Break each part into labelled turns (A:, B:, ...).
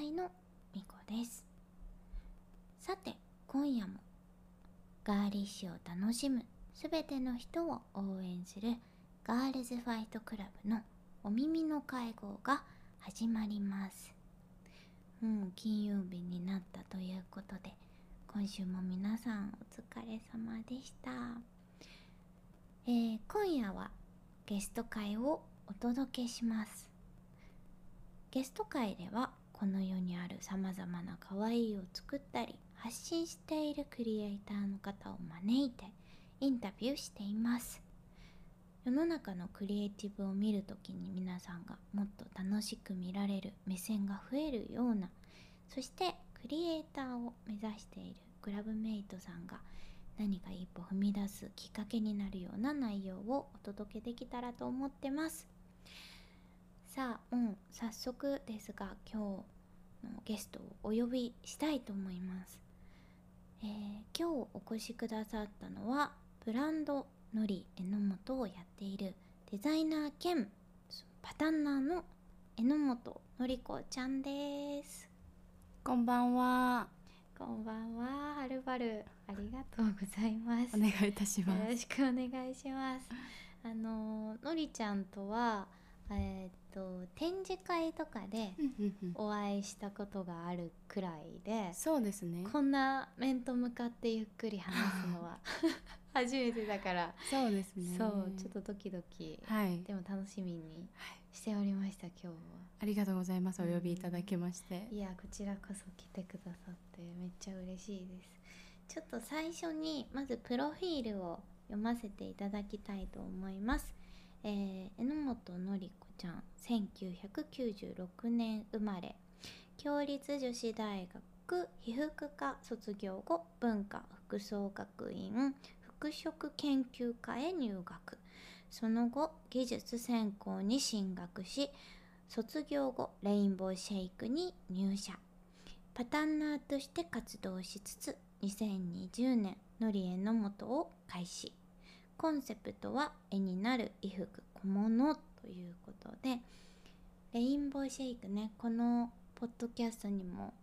A: いのみこですさて今夜もガーリッシュを楽しむすべての人を応援するガールズファイトクラブのお耳の会合が始まりますもう金曜日になったということで今週も皆さんお疲れ様でした、えー今夜はゲスト会をお届けしますゲスト会ではこの世にあるさまざまな可愛いを作ったり発信しているクリエイターの方を招いてインタビューしています世の中のクリエイティブを見るときに皆さんがもっと楽しく見られる目線が増えるようなそしてクリエイターを目指しているクラブメイトさんが何か一歩踏み出すきっかけになるような内容をお届けできたらと思ってますさあもう早速ですが今日のゲストをお呼びしたいと思います、えー今日お越しくださったのはブランドのり榎本をやっているデザイナー兼パタンナーの榎本のりこちゃんです
B: こんばんは。
A: こんばんは、はるばる、ありがとうございます。
B: お願いいたしま
A: よろ
B: す。
A: しくお願いします。あのーのりちゃんとは、えーっと展示会とかで
B: うんうんうん
A: お会いしたことがあるくらいで、
B: そうですね。
A: こんな面と向かってゆっくり話すの は初めてだから、
B: そうですね。
A: そうちょっとドキドキ、
B: はい。
A: でも楽しみにしておりました今日は。
B: ありがとうございます。お呼びいただきまして。
A: いやこちらこそ来てくださってめっちゃ嬉しいですちょっと最初にまずプロフィールを読ませていただきたいと思います、えー、榎本のりこちゃん1996年生まれ共立女子大学被服科卒業後文化服装学院服飾研究科へ入学その後技術専攻に進学し卒業後レインボーシェイクに入社パタンナーとして活動しつつ2020年のりえのもとを開始コンセプトは絵になる衣服小物ということでレインボーシェイクねこのポッドキャストにも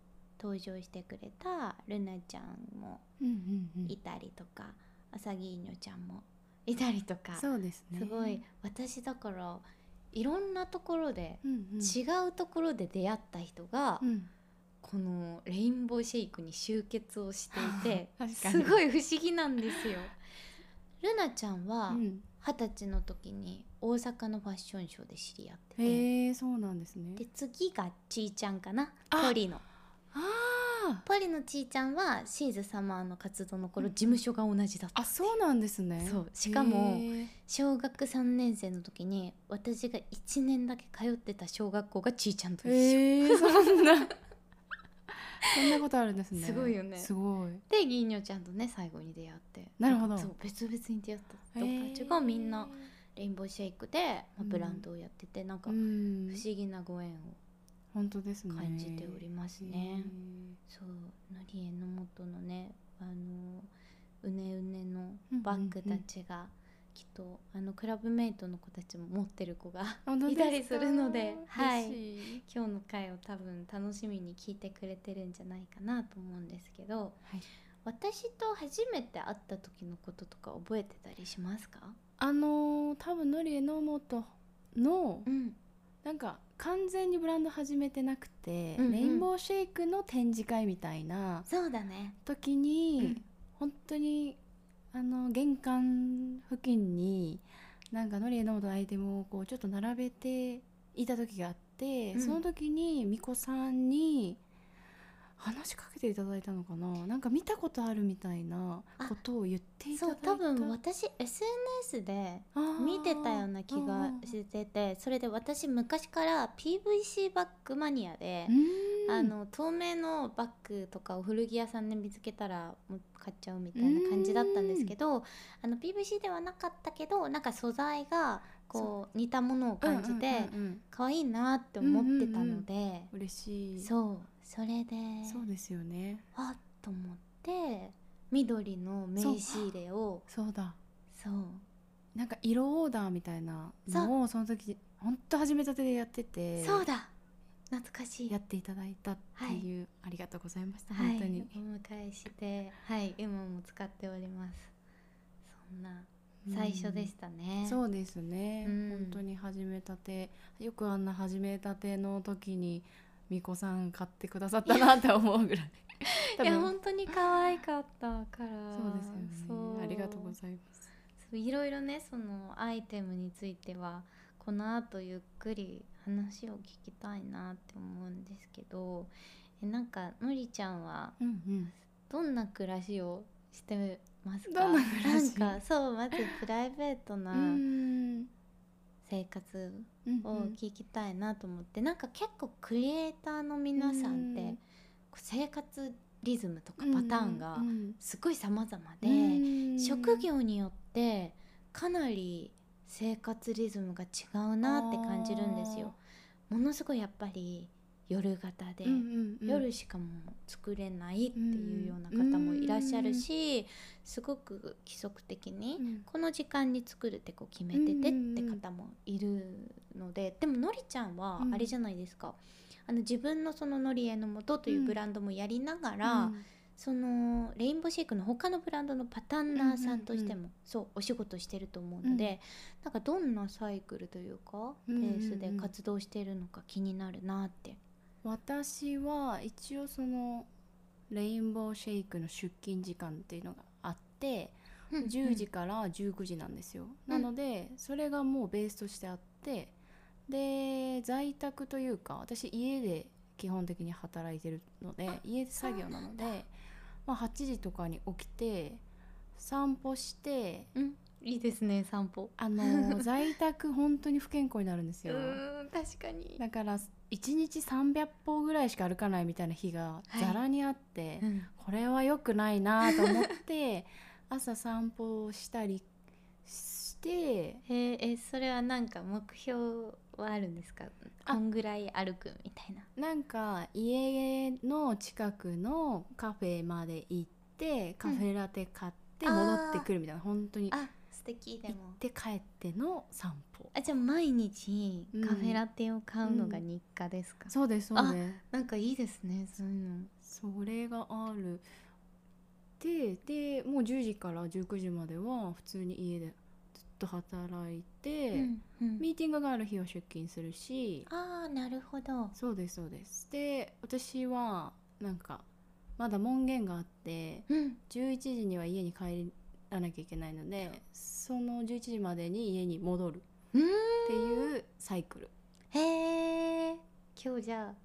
A: 登場してくれたルナちゃんも
B: うんうんうん
A: いたりとか、アサギーニョちゃんもいたりとかす
B: そうですね。
A: ごい。私だからいろんなところで
B: うんうん。
A: 違うところで出会った人が、
B: うん。
A: このレインボーシェイクに集結をしていて
B: 確かに
A: すごい不思議なんですよ。 ルナちゃんは
B: うん
A: 二十歳の時に大阪のファッションショーで知り合ってて、
B: へえ、そうなんですね
A: で。次がちーちゃんかな
B: あ
A: ポリの
B: あ
A: ポリのちーちゃんはシーズ様の活動の頃
B: うん
A: 事務所が同じだっ
B: あ。
A: た
B: あ、そうなんですね。
A: そうしかも
B: へえ
A: 小学3年生の時に私が1年だけ通ってた小学校がちーちゃんと一緒、
B: へえ、そんな。そんなことあるんですね。
A: すごいよね
B: すごい。
A: でギーニョちゃんとね最後に出会って
B: なるほど
A: そう別々に出会った
B: へ
A: 人
B: え
A: たちがみんな。レインボーシェイクで、まあ、
B: うん
A: ブランドをやってて、なんか
B: う
A: 不思
B: ん。
A: 議なご縁
B: 本当です
A: を
B: ね。
A: 感じておりますね。
B: へえ
A: そうのりえのもとのねあのうねうねのバッグたちが、きっとあのクラブメイトの子たちも持ってる子が
B: 本当
A: い
B: です
A: た
B: か
A: りするので、はい、
B: 嬉しい
A: 今日の回を多分楽しみに聞いてくれてるんじゃないかなと思うんですけど
B: はい
A: 私と初めて会った時のこととか覚えてたりしますか、
B: あのー多分のりえのもとの
A: うん、
B: なんか完全にブランド始めてなくて、
A: うんうん
B: レインボーシェイクの展示会みたいな
A: そうだね
B: 時に、
A: うん
B: 本当にあの玄関付近になんかのりえのもとのアイテムをこうちょっと並べていた時があって、
A: うん
B: その時にみこさんに話しかけていただいたのかななんか見たことあるみたいなことを言っていた
A: そ
B: だいうた
A: 多分私 SNS で
B: あー
A: 見てたような気がしててそれで私昔から PVC バッグマニアで
B: う、ん
A: あの透明のバッグとかを古着屋さんで見つけたらもう買っちゃうみたいな感じだったんですけどあの PVC ではなかったけどなんか素材がこう似たものを感じ
B: うん
A: て
B: うんうんうん
A: 可愛いなって思ってたので、
B: 嬉しい
A: そうそれで
B: そうですよね
A: あっと思って緑の名刺入れを
B: そうだ
A: そう
B: なんか色オーダーみたいなのをその時ほんと始めたてでやってて
A: そうだ懐かしい
B: やっていただいたっていう、ありがとうございました
A: はい
B: 本当に、
A: お迎えしてはい今も使っておりますそんな
B: うん
A: 最初でしたね、
B: そうですね、
A: うん
B: 本当に始めたてよくあんな始めたての時にみこさん買ってくださったなって思うぐらい多
A: いや
B: 分
A: 本当に可愛かったから
B: そうですよね
A: そう
B: ありがとうございます
A: そういろいろねそのアイテムについてはこの後ゆっくり話を聞きたいなって思うんですけどえなんかのりちゃんは
B: うんうん
A: どんな暮らしをしてますか
B: どんな暮らし
A: なんかそうまずプライベート
B: う
A: なん
B: うん
A: 生活
B: うん
A: を聞きたいなと思って、なんか結構クリエイターの皆さんって、
B: うん
A: こう生活リズムとかパターンが
B: うんうん
A: すごい様々で、
B: うん
A: 職業によってかなり生活リズムが違うなって感じるんですよ。ものすごいやっぱり夜型で、
B: うんうんうん
A: 夜しかもう作れないっていうような方もいらっしゃるし、すごく規則的に、
B: うん
A: この時間に作るってこう決めててっ
B: うんうん
A: て
B: うん
A: 方もいるので、でものりちゃんは
B: うん
A: あれじゃないですか、あの自分のそののりえのもとというブランドもやりながら、
B: うん
A: そのレインボーシェイクの他のブランドのパタンナーさんとしても、そうお仕事してると思うので、なんかどんなサイクルというか、
B: うんうんうん
A: ペースで活動してるのか気になるなって。
B: 私は一応そのレインボーシェイクの出勤時間っていうのがあって、10時から19時なんですよ、なのでそれがもうベースとしてあってで在宅というか私家で基本的に働いてるので家で作業なのでまあ、8時とかに起きて散歩して
A: うん、いいですね散歩
B: あの在宅本当に不健康になるんですよ
A: ん確かに
B: だから1日300歩ぐらいしか歩かないみたいな日が
A: はい
B: ざらにあって、
A: うん
B: これは良くないなと思って朝散歩をしたりして
A: へーえそれはなんか目標はあるんですかこ
B: あ
A: んぐらい歩くみたいな
B: なんか家の近くのカフェまで行ってカフェラテ買って
A: うん
B: 戻ってくるみたいな、本当に行っ
A: あ素敵でも
B: て帰っての散歩
A: あじゃあ毎日カフェラテを買うのが日課ですか、
B: そうですそうです
A: なんかいいですねそういうの
B: それがあるででもう10時から19時までは普通に家でずっと働いて、
A: うんうん
B: ミーティングがある日は出勤するし
A: ああなるほど
B: そうですそうですで私はなんかまだ門限があって
A: うん
B: 11時には家に帰らなきゃいけないのでその11時までに家に戻るっていうサイ クル
A: へえ今日じゃあ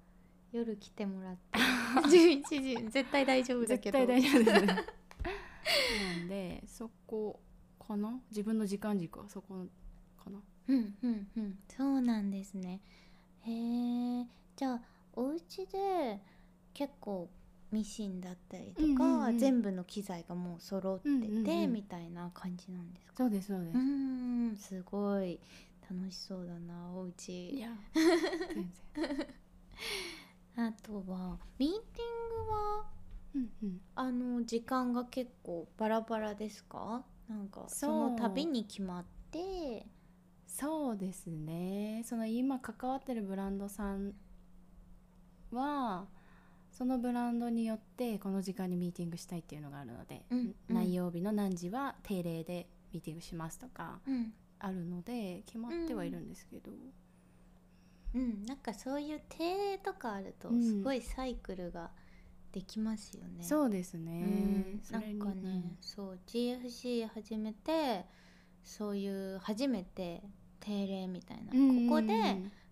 A: 夜来てもらって 11時絶対大丈夫だけど
B: 絶対大丈夫ですなんでそこかな自分の時間軸はそこかな
A: うんうんうんそうなんですねへえじゃあお家で結構ミシンだったりとか、
B: うんうんうん
A: 全部の機材がもう揃ってて、
B: うんうんうん
A: みたいな感じなんですか
B: そうですそうで
A: うーんすごい楽しそうだなお
B: い
A: 家
B: や全然
A: あとはミーティングは
B: うんうん
A: あの時間が結構バラバラですかなんかそ
B: そう
A: の度に決まって
B: そうですねその今関わってるブランドさんはそのブランドによってこの時間にミーティングしたいっていうのがあるので、
A: うんうん
B: 何曜日の何時は定例でミーティングしますとか
A: うん
B: あるので決まってはいるんですけど、
A: うん、なんかそういう定例とかあると
B: うん
A: すごいサイクルができますよね。
B: そうですね、
A: うん
B: そ
A: な
B: れ
A: ん
B: に
A: かね、そう GFC 始めてそういう初めて定例みたいな、
B: うん
A: ここ
B: うん
A: で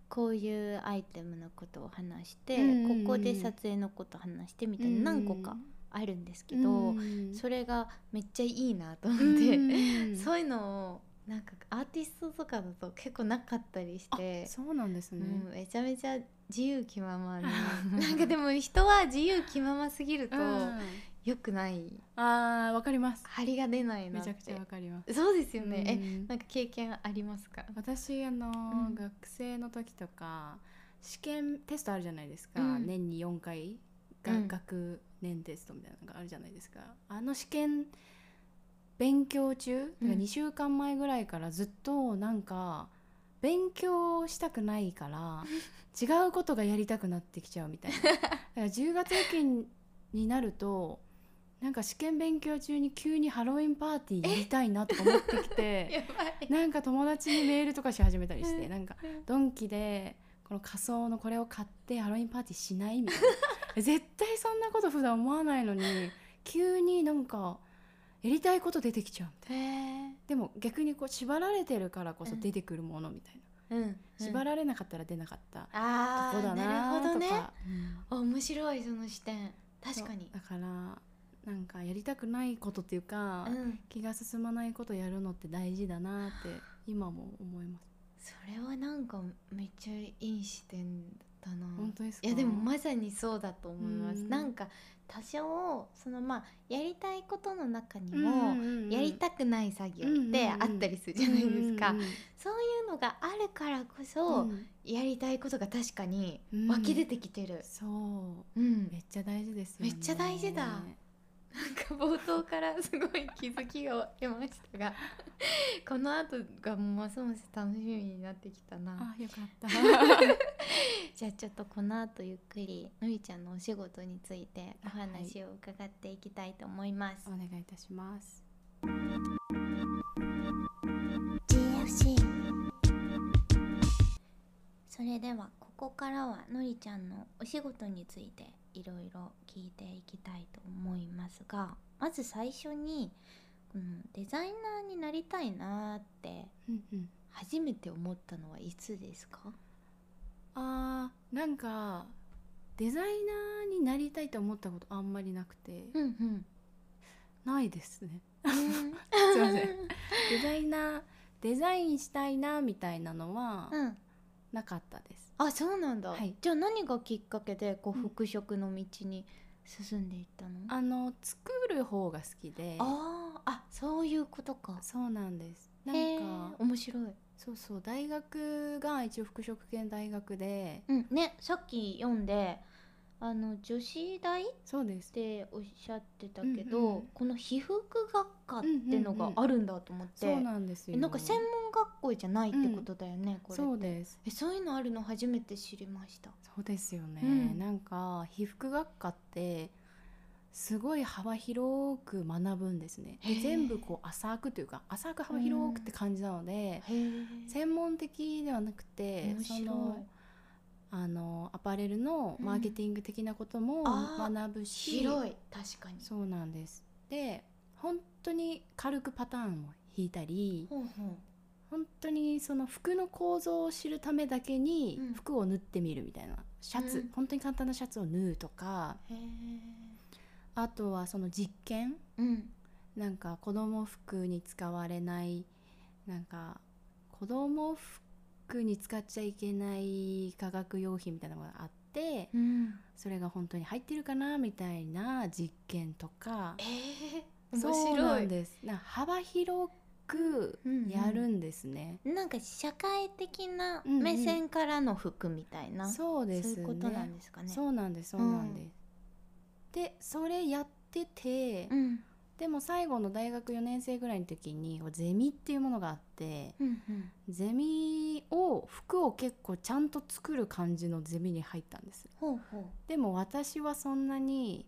A: こういうアイテムのことを話して、
B: うん
A: ここで撮影のこと話してみたいな何個かあるんですけど、
B: うん
A: それがめっちゃいいなと思っ
B: うん
A: て、
B: うん
A: そういうのをなんかアーティストとかだと結構なかったりし
B: あ
A: て。
B: そうなんですね、
A: うん、めちゃめちゃ自由気ままでなん
B: ん
A: かでも人は自由気まますぎると
B: あ
A: 良くない
B: あーわかります
A: 張りが出ないな
B: め
A: っ
B: ち
A: て
B: ゃくちゃわかります
A: そうですよね、え
B: うん
A: なんか経験ありますか
B: 私あの、
A: うん
B: 学生の時とか試験テストあるじゃないですか、
A: うん
B: 年に4回が、
A: うん
B: 学年テストみたいなのがあるじゃないですかあの試験勉強中、
A: うん
B: 2週間前ぐらいからずっとなんか勉強したくないから 違うことがやりたくなってきちゃうみたいなだから10月付近になるとなんか試験勉強中に急にハロウィンパーティーやりたいなとか思ってきて
A: ばい
B: なんか友達にメールとかし始めたりし
A: う
B: て
A: ん
B: なんか
A: うん
B: ドンキでこの仮装のこれを買ってハロウィンパーティーしないみたいな 絶対そんなこと普段思わないのに急になんかやりたいこと出てきちゃうみたいなでも逆にこう縛られてるからこそ出てくるものみたい
A: う
B: な、
A: ん
B: 縛
A: ら
B: られなかったら出なかった
A: あ
B: とこ
A: あ
B: だな
A: なるほ
B: とか
A: どね
B: うん
A: あ面白いその視点確かに
B: そうだからなんかやりたくないことっていうか、
A: うん
B: 気が進まないことやるのって大事だなって今も思います
A: それはなんかめっちゃいい視点だな
B: 本当ですか
A: いやでもまさにそうだと思います
B: うん
A: なんか多少そのまあやりたいことの中に
B: うんうん
A: も
B: うんうん
A: やりたくない作業ってあったりするじゃないですか
B: うんうん
A: そういうのがあるからこ
B: うん
A: そ
B: うん
A: やりたいことが確かに
B: うん
A: 湧き出てきてる
B: そう
A: うん
B: めっちゃ大事ですよね
A: めっちゃ大事だなんか冒頭からすごい気づきが得ましたがこの後がますます楽しみになってきたな
B: あよかった
A: じゃあちょっとこの後ゆっくりのりちゃんのお仕事についてお話を伺っていきたいと思います、
B: お願いいたします
A: GFC それではここからはのりちゃんのお仕事についていろいろ聞いていきたいと思いますがまず最初に、うん、デザイナーになりたいなーって
B: うんうん
A: 初めて思ったのはいつですか
B: あーなんかデザイナーになりたいと思ったことあんまりなくて
A: うんうん
B: ないですね
A: うん
B: すいませんデザイナーデザインしたいなみたいなのは
A: うん
B: なかったです、
A: あそうなんだ、
B: はい
A: じゃあ何がきっかけでこう
B: うん
A: 服飾の道に進んでいったの、あ
B: あの作る方が好きで
A: あーあそういうことか
B: そうなんですな
A: へ
B: ん
A: ー
B: か
A: 面白い、
B: そうそう大学が一応服飾系の大学で
A: うん、ねさっき読んであの女子大っ
B: そうです
A: ておっしゃってたけど、
B: うんうん
A: この被服学科ってのがあるんだと思って、
B: そうなんです
A: え
B: よ
A: なんか専門学校じゃないってことだよね、これ
B: そうです
A: えそういうのあるの初めて知りました
B: そうですよね、
A: うん
B: なんか被服学科ってすごい幅広く学ぶんですねで
A: へー
B: 全部こう浅くというか浅く幅広くって感じなので、
A: へえ
B: 専門的ではなくて
A: 面白
B: そ
A: い
B: のあのアパレルのマーケティング的なことも
A: あー
B: 学ぶし、
A: 広い確かに
B: そうなんですで本当に軽くパターンを引いたり
A: ほうほう
B: 本当にその服の構造を知るためだけに
A: うん
B: 服を縫ってみるみたいな、シャツ、
A: うん
B: 本当に簡単なシャツを縫うとか
A: へえ
B: あとはその実験
A: うん
B: なんか子供服に使われないなんか子供服に使っちゃいけない化学用品みたいなのがあって
A: うん
B: それが本当に入ってるかなみたいな実験とか
A: ええ
B: そうなん
A: で
B: ですなんか幅広くやるんですね、
A: なんか社会的な目線からの服みたいな、そう
B: そうですね
A: いうことなんですかね
B: そうなんですそうなんです、でそれやってて、
A: うん
B: でも最後の大学4年生ぐらいの時にゼミっていうものがあって
A: うんうん
B: ゼミを服を結構ちゃんと作る感じのゼミに入ったんです
A: ほうほう
B: でも私はそんなに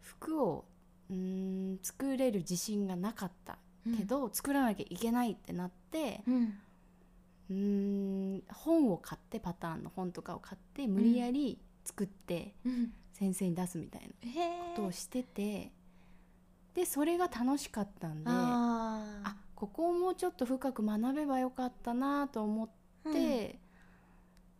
B: 服をうーん作れる自信がなかった
A: うん
B: けど、作らなきゃいけないってなって
A: うん
B: うーん本を買ってパターンの本とかを買って無理やり作って
A: うん
B: 先生に出すみたいな
A: へえ
B: ことをしててでそれが楽しかったんであ
A: あー
B: ここをもうちょっと深く学べばよかったなと思って、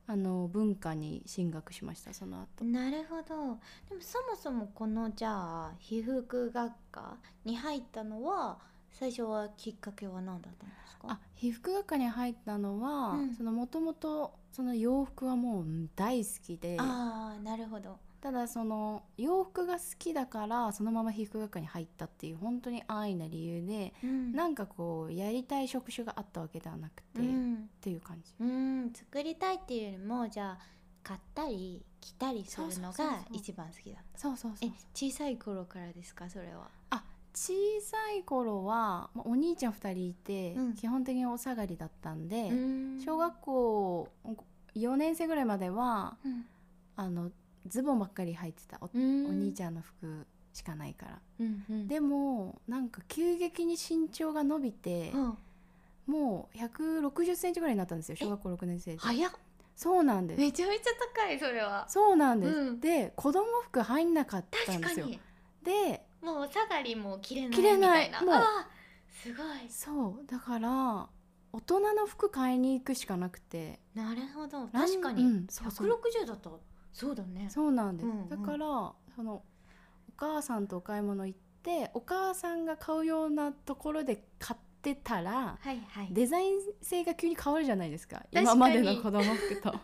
B: あの文化に進学しましたその後
A: うんなるほどでもそもそもこのじゃあ被服学科に入ったのは最初はきっかけは何だったんですか
B: あ被服学科に入ったのは、
A: うん
B: そのもともとその洋服はもううん大好きで
A: あーなるほど
B: ただその洋服が好きだからそのまま被服学科に入ったっていう本当に安易な理由で、
A: うん
B: なんかこうやりたい職種があったわけではなくて、
A: う
B: っ
A: ん
B: ていう感じ。
A: うん作りたいっていうよりもじゃあ買ったり着たりするの
B: そうそうそう
A: が
B: そう
A: 一番好きだった
B: そうそうそうそう
A: え小さい頃からですかそれは
B: あ小さい頃は、まあ、お兄ちゃん2人いて、
A: うん
B: 基本的にお下がりだったんで、
A: うん
B: 小学校4年生ぐらいまでは
A: うん
B: あのズボンばっかり履いてたお,、
A: うん
B: お兄ちゃんの服しかないから
A: うんうん
B: でもなんか急激に身長が伸びて、
A: うん
B: もう1 6 0ンチぐらいになったんですよ小学校6年生で
A: 早っ
B: そうなんです
A: めちゃめちゃ高いそれは
B: そうなんです、
A: うん
B: で子供服入んなかった
A: 確
B: んで
A: か
B: すよ
A: に
B: で
A: もうお下がりも着れないみ
B: 着れ
A: た
B: ない
A: いな
B: もう
A: あーすごい
B: そうだから大人の服買いに行くしかなくて
A: なるほど
B: ラン
A: 確かに、
B: うん、そうそう
A: 160だったそうだね
B: そうなんです、
A: うんうん
B: だからそのお母さんとお買い物行ってお母さんが買うようなところで買ってたら
A: はいはい
B: デザイン性が急に変わるじゃないですか
A: かに
B: 今までの子供服と。
A: 確か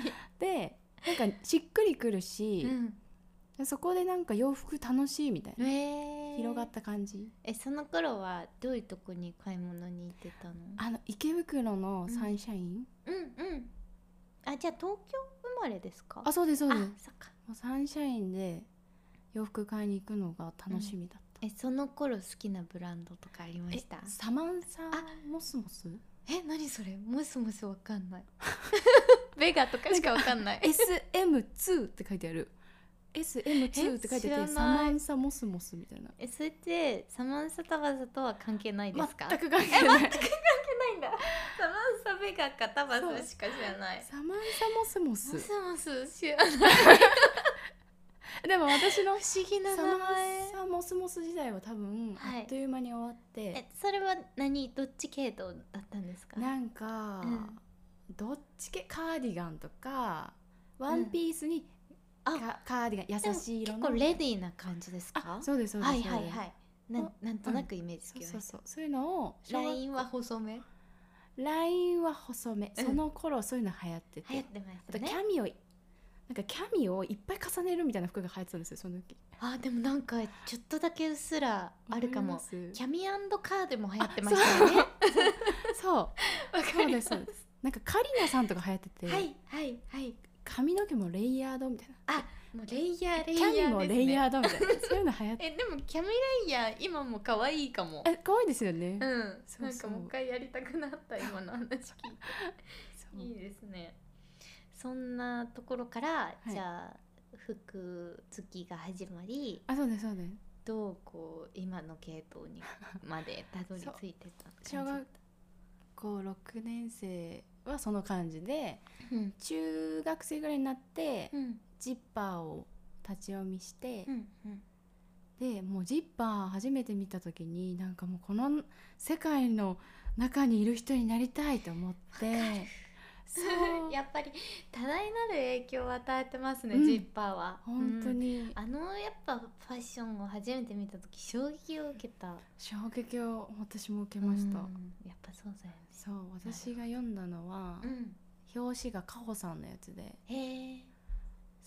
A: に
B: でなんかしっくりくるし、そこでなんか洋服楽しいみたいな、
A: え
B: 広がった感じ
A: えその頃はどういうとこに買い物に行ってたの
B: あの池袋のサンシャイン、
A: うんうんあじゃあ東京生まれですか
B: あそうですそうです
A: あそっか
B: もうサンシャインで洋服買いに行くのが楽しみだった、
A: えその頃好きなブランドとかありま
B: え
A: した
B: サマンサ
A: あ
B: モスモス
A: え何それモスモスわかんない ベガとかしかわかんない
B: SM2 って書いてある SM2 って書いて
A: え知らな
B: あっ
A: い
B: てサマンサモスモスみたいな
A: えそれってサマンサタバサとは関係ないですか
B: 全く関係ない
A: ないんだサマンサベガかタバスしか知らない
B: サマンサモス
A: モ
B: モ
A: ス
B: ス
A: モス知らない
B: でも私の
A: 不思議な
B: サ
A: 名
B: マン
A: 前
B: サモスモス時代は多分
A: はい
B: あっという間に終わって、
A: えそれは何どっち系統だったんですか
B: なんか、
A: うん
B: どっち系カーディガンとかワンピースに
A: う
B: カ,、
A: ん
B: カーディガン優しい色
A: 結
B: の
A: 構レディーな感じですか
B: あそうですそうです
A: はいは
B: そう
A: い
B: です
A: はいなんなんとなくイメージつ
B: そ
A: きま
B: うそう
A: した
B: そうそういうのを
A: ラインは細め
B: ラインは細め
A: うん
B: その頃そういうの流行ってて、
A: 流行ってま
B: あ
A: し
B: と
A: た
B: キ
A: ね
B: ャミをなんかキャミをいっぱい重ねるみたいな服が流行ってたんですよその時
A: あでもなんかちょっとだけうっすらあるか
B: わ
A: も
B: ります
A: キャミカーでも流行ってましたよねわ
B: そう
A: か
B: そ
A: り
B: うで
A: ますす
B: そうですなんかカリナさんとか流行ってて、
A: はいはいはい
B: 髪の毛もレイヤードみたいな
A: もうレイヤーレイ
B: キャミ
A: ヤ
B: も
A: ーです
B: レイ
A: ね
B: ヤー ドみたいなそういうの流行って
A: えでもキャミレイヤー今も可愛いかも
B: え可愛いですよね、
A: うん
B: そうそう
A: なんかもう一回やりたくなった今の話 聞い
B: そう
A: ていいですねそんなところから、
B: い
A: じゃあ服好きが始まり
B: あそうですそうです
A: どうこう今の系統にまでたどり着いてた
B: 小学校6年生はその感じで
A: うん
B: 中学生ぐらいになって、
A: うん
B: ジッパーを立ち読みして
A: う、んうん
B: でもうジッパー初めて見た時になんかもうこの世界の中にいる人になりたいと思ってそう
A: やっぱり多大なる影響を与えてますね、
B: うん
A: ジッパーは
B: 本当
A: うん
B: に
A: あのやっぱファッションを初めて見た時衝撃を受けた
B: 衝撃を私も受けました、
A: うんやっぱそうだよね
B: そう私が読んだのは
A: うん
B: 表紙がカホさんのやつで
A: へえ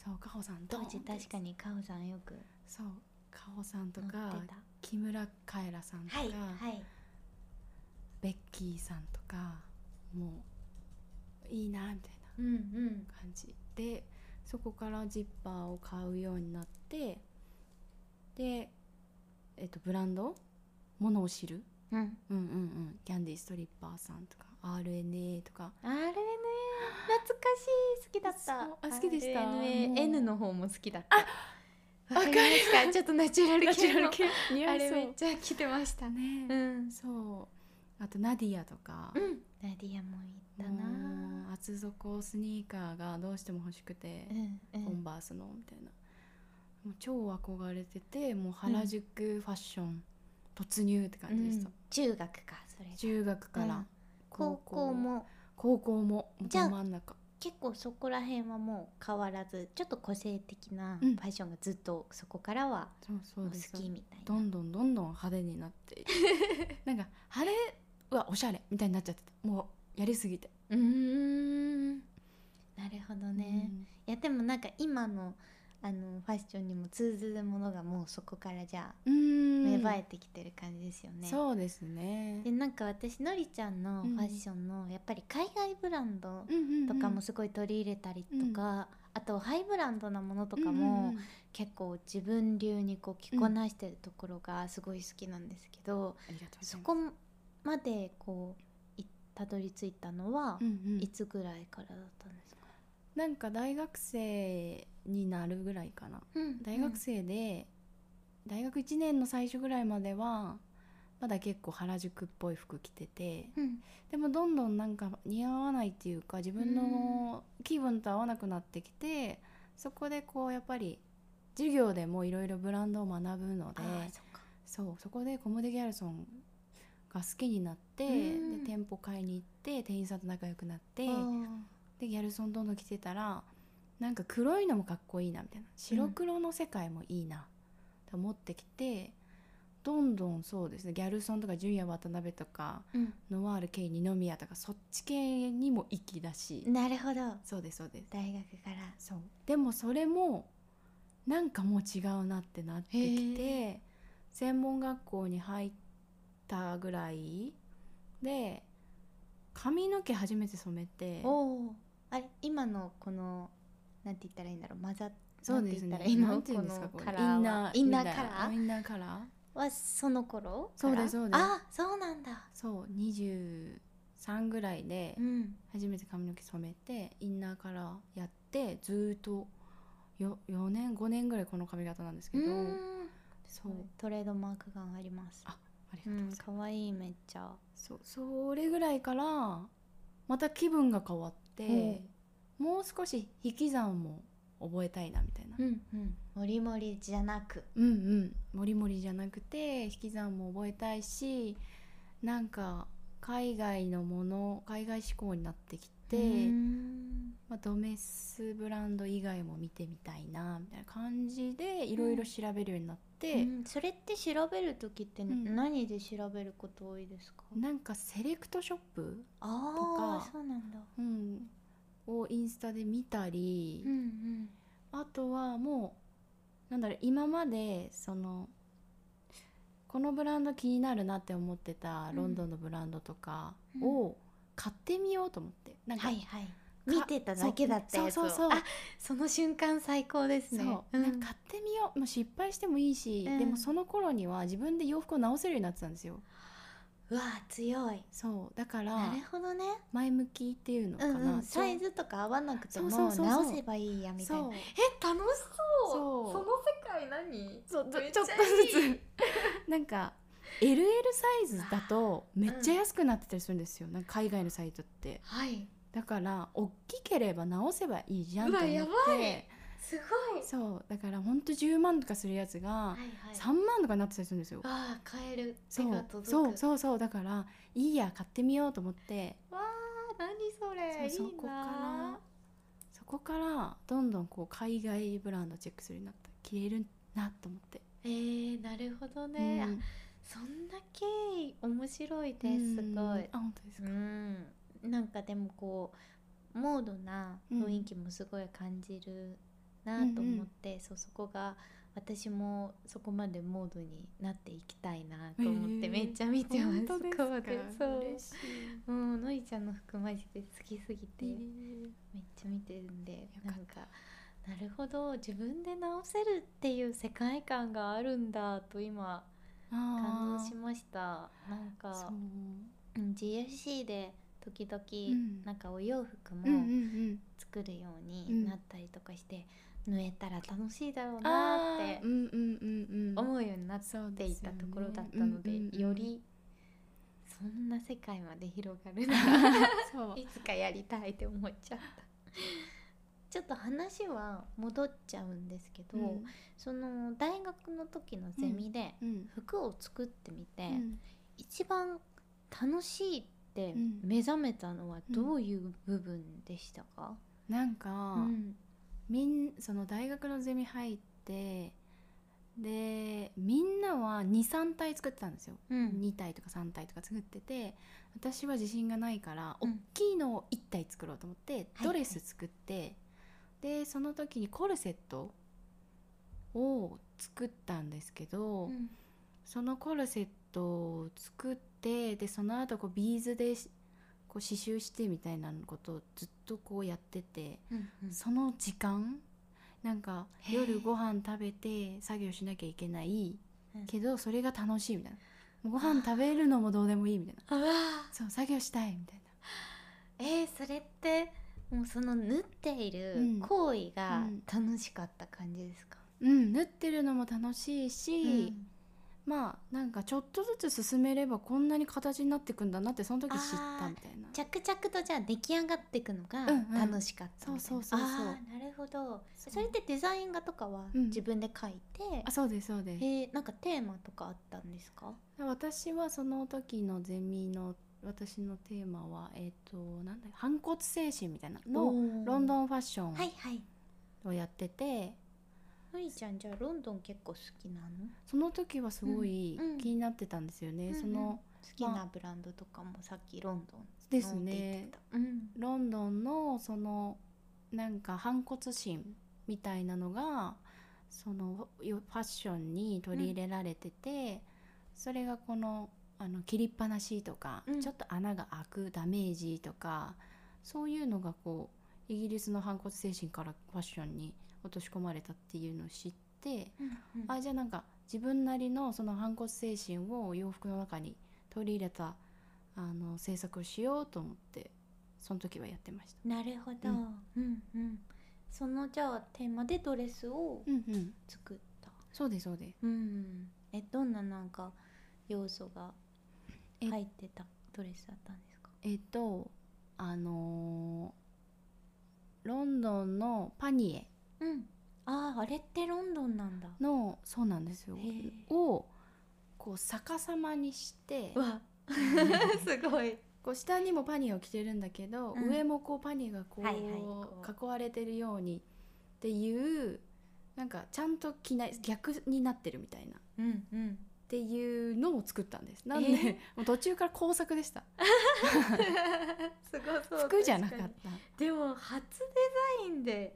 B: そうカホさん
A: 当
B: ドーンって
A: 時確かにカオさんよく
B: そうカホさんと
A: 乗ってた
B: か木村カエラさんとか、
A: はいはい
B: ベッキーさんとかもういいなみたいな
A: うんうん
B: 感じでそこからジッパーを買うようになってで、えっと、ブランドものを知る、
A: うん
B: うんうんうん、キャンディーストリッパーさんとか RNA とか
A: RNA 懐かしい好きだった
B: そうあ好きでした
A: RNA
B: もう
A: N の方も好きだったあわかりますかちょっとナチュラル系の
B: 似
A: あ
B: 合い
A: れ
B: そう
A: めっちゃ着てましたね
B: ね、
A: うん
B: そうあとナディアとか、
A: うんナディアもいった
B: もう
A: な
B: 厚底スニーカーがどうしても欲しくて
A: う、んう
B: コン
A: ん
B: バースのみたいなもう超憧れててもう原宿ファッション突入って感じでした、
A: うん中学かそれが
B: 中学から、
A: うん高校も
B: 高校も
A: じゃあ
B: ど真ん中
A: 結構そこら辺はもう変わらずちょっと個性的なフ
B: うん
A: ァッションがずっとそこからは
B: そうそ
A: も
B: う
A: う
B: です
A: 好きみたいな
B: どんどんどんどん派手になって なんか派手はおしゃれみたいになっちゃってたもうやりすぎて
A: うーんなるほどね、
B: うん
A: いやでもなんか今のあのファッションにも通ずるものがもうそこからじゃあ
B: うーん
A: 芽生えてきてる感じですよね、
B: そうですね
A: でなんか私のりちゃんのファッションの、やっぱり海外ブランド
B: うんうんうん
A: とかもすごい取り入れたりとか、あとハイブランドなものとか
B: うんうんう
A: も
B: ん
A: 結構自分流にこう着こなしてるところがすごい好きなんですけど、
B: ありがとうござ
A: そ
B: います
A: こまでこういたどり着いたのは
B: う、んうん
A: いつぐらいからだったんですか、
B: なんか大学生になるぐらいかな大学生で、大学1年の最初ぐらいまではまだ結構原宿っぽい服着てて
A: うん
B: でもどんどんなんか似合わないっていうか自分の気分と合わなくなってきてそこでこうやっぱり授業でもいろいろブランドを学ぶので
A: ああそっか
B: そうそこでコムデ・ギャルソンが好きになってで
A: うん
B: 店舗買いに行って店員さんと仲良くなって
A: あー
B: でギャルソンどんどん着てたらなんか黒いのもかっこいいなみたいな白黒の世界もいいなと思ってきて、どんどんそうですねギャルソンとか純也渡辺とか
A: う
B: ノワール系二宮とかそっち系にも行きだし、
A: んなるほど
B: そうですそうです
A: 大学から
B: そうでもそれもなんかもう違うなってなってき
A: へ
B: て専門学校に入ったぐらいで髪の毛初めて染めて
A: おおあれ今のこのなんて言ったらいいんだろう混ざっ
B: そうです
A: な
B: ね
A: んて言ったらいいの
B: なんて言うんですか
A: こ
B: こ
A: の
B: れ
A: カラーは
B: インナー
A: インナー
B: みたいな
A: カラー
B: インナーカラー
A: はその頃
B: そう
A: か
B: です
A: ら
B: そうです
A: あそうなんだ
B: そう23ぐらいで
A: うん
B: 初めて髪の毛染めてインナーカラーやってずーっとよ4年5年ぐらいこの髪型なんですけど
A: うん
B: そう
A: トレードマーク感あります
B: ああり
A: う
B: がとうござい
A: ん
B: ます、
A: 可愛いめっちゃ
B: そうそれぐらいからまた気分が変わって、もう少し引き算も覚えたいなみたいな、
A: うんうんモリモリじゃなく
B: うん、うんモリモリじゃなくて引き算も覚えたいしなんか海外のもの海外志向になってきて、
A: うん
B: まあ、ドメスブランド以外も見てみたいなみたいな感じでいろいろ調べるようになっ
A: うん
B: て。
A: それって調べる時って
B: ん
A: 何で調べること多いですか
B: なんかセレクトショップ、
A: あ
B: と
A: あ
B: か
A: そうなんだ
B: うん、をインスタで見たり、
A: うんうん
B: あとはもうなんだろう今までそのこのブランド気になるなって思ってた
A: うん
B: ロンドンのブランドとかを買ってみようと思って、なんか、
A: はいはい見てただけだったやつを
B: そうそうそう
A: あその瞬間最高ですね
B: そう、
A: ん
B: なんか買ってみようもう失敗してもいいし、
A: うん
B: でもその頃には自分で洋服を直せるようになってたんですよ
A: うわあ強い
B: そうだから
A: なるほどね
B: 前向きっていうの
A: う
B: かな、
A: んうん
B: ちょ
A: サイズとか合わなくても
B: そうそうそうそう
A: 直せばいいやみたい
B: そ
A: な
B: う
A: え楽しそう
B: そう
A: 世界何
B: そうちょ
A: めっ
B: ち
A: ちゃ
B: ょっとずつなんか LL サイズだとめっちゃ安くなってたりするんですよ、なんか海外のサイトって
A: はい
B: だから大きければ直せばいいじゃん
A: う
B: と
A: わ
B: 思って
A: やばいすごい
B: そうだからほんと10万とかするやつ
A: は
B: が
A: い
B: 3
A: はい
B: 万とかになってたりするんですよ、
A: ああ買える手
B: そ
A: が
B: う
A: 届く
B: そうそうそうだからいいや買ってみようと思って
A: わあ何それ
B: そう
A: い
B: そ
A: い
B: こから
A: な
B: そこからどんどんこう海外ブランドチェックするようになった着れるなと思って、
A: えー、なるほどね、あ
B: うん
A: そんな経緯面白いですすごい
B: あ本当です
A: う
B: か、
A: ん、なんかでもこうモードな雰囲気もすごい感じるなと思って、そうそこが私もそこまでモードになっていきたいなと思って
B: へー
A: めっちゃ見てます。
B: 本当ですか
A: こうそう
B: 嬉し
A: うん、のりちゃんの服マジで好きすぎて
B: い
A: めっちゃ見てるんで
B: か
A: な
B: った
A: んかなるほど自分で直せるっていう世界観があるんだと今感動
B: あ
A: し
B: ー
A: ました。なんか
B: そう
A: うん GFC で時々
B: ん
A: なんかお洋服
B: うんうんう
A: も
B: ん
A: 作るよう
B: う
A: に
B: ん
A: なったりとかして、縫えたら楽しいだろうなーっ
B: あーう
A: て
B: んうんうんうん
A: 思うようになっ
B: そう
A: て
B: で
A: い
B: す
A: た
B: よね
A: ところだったので
B: うんうんうん
A: よりそんな世界まで広がる な
B: そう
A: いつかやりたいって思っちゃった。ちょっと話は戻っちゃうんですけど、
B: うん
A: その大学の時のゼミで
B: うん
A: 服を作ってみて、
B: うん
A: 一番楽しいって
B: うん
A: 目覚めたのはどういう部分でしたか、
B: なんか、
A: うん
B: みんその大学のゼミ入ってでみんなは23体作ってたんですよ、
A: うん
B: 2体とか3体とか作ってて私は自信がないから、
A: うん
B: 大きいのを1体作ろうと思って
A: はい
B: ドレス作って、でその時にコルセットを作ったんですけど、
A: うん
B: そのコルセットを作ってでその後こうビーズでしこう刺繍してみたいなことをずっとこうやってて、
A: うんうん
B: その時間なんか
A: へえ
B: 夜ご飯食べて作業しなきゃいけない
A: うん
B: けどそれが楽しいみたいなもうご飯食べるのもどうでもいいみたいな
A: あわ
B: そう作業したいみたい
A: えー、それってもうその縫っている
B: うん
A: 行為が
B: うん
A: 楽しかった感じですか、
B: なうん縫ってるのも楽しいし、
A: うん
B: まあなんかちょっとずつ進めればこんなに形になってくんだなってその時知ったみたいな
A: 着々とじゃあ出来上がっていくのが
B: うんうん
A: 楽しかったみたいな、
B: そうそうそうそう
A: あーなるほど
B: そ
A: そうれってデザイン画とかは
B: うん
A: 自分で描いて、
B: あそうですそうです
A: えー、なんかテーマとかあったんですか
B: 私はその時のゼミの私のテーマはえっ、となんだ反骨精神みたいなのロ
A: ン
B: ンドンファッション
A: はいはい
B: をやってて、
A: のりちゃんじゃあロンドン結構好きなの
B: その時はすごい
A: うんうん
B: 気になってたんですよね、
A: うんうん
B: その
A: 好きなブランドとかもさっきロンドン
B: です
A: のって言っ
B: ね
A: てたうん
B: ロンドンのそのなんか反骨心みたいなのがそのよファッションに取り入れられてて、それがこのあの切りっぱなしとか、
A: うん
B: ちょっと穴が開くダメージとかそういうのがこうイギリスの反骨精神からファッションに落とし込まれたっていうのを知って、
A: うんうん
B: あじゃあなんか自分なりのその反骨精神を洋服の中に取り入れたあの制作をしようと思ってその時はやってました。
A: なるほど、
B: う
A: うんんうん、そのじゃあテーマでドレスを
B: うんうん、
A: 作った
B: そうですそうです。
A: うんえどんななんか要素が
B: え
A: 入ってたドレスだったんですか
B: えっとあのーロンドンのパニエ
A: うんあああれってロンドンなんだ
B: のそうなんですよ
A: へえ
B: をこう逆さまにして
A: わすごい
B: こう下にもパニエを着てるんだけど、
A: うん
B: 上もこうパニエがこう,、
A: はいはいこ
B: 囲われてるようにっていうなんかちゃんと着ない逆になってるみたいな。
A: うん うん
B: っていうのを作ったんですなんで、
A: えー
B: もう途中から工作でした
A: すごそ
B: 服じゃなかった
A: でも初デザインで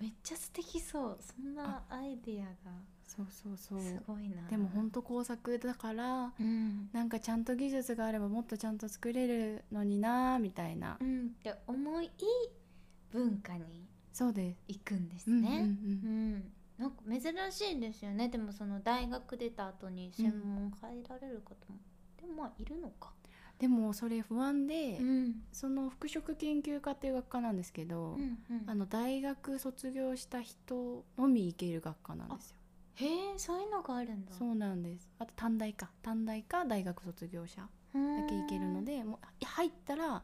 A: めっちゃ素敵そうそんなアイディアが
B: そうそうそう
A: すごいな
B: でも本当工作だから
A: うん、
B: なんかちゃんと技術があればもっとちゃんと作れるのになーみたいな、
A: うん、って思い文化に
B: そうで
A: 行くんです
B: す、うん
A: ね、
B: うん
A: う
B: うん
A: ん、なんか珍しいんですよねでもその大学出た後に専門入られる方も、でもまあいるのか、
B: でもそれ不安で、
A: ん
B: その服飾研究科っていう学科なんですけど、
A: うんうん、
B: あの大学卒業した人のみ行ける学科なんですよ
A: へえそういうのがあるんだ
B: そうなんですあと短大か短大か大学卒業者
A: うん
B: だけ行けるのでもう入ったらも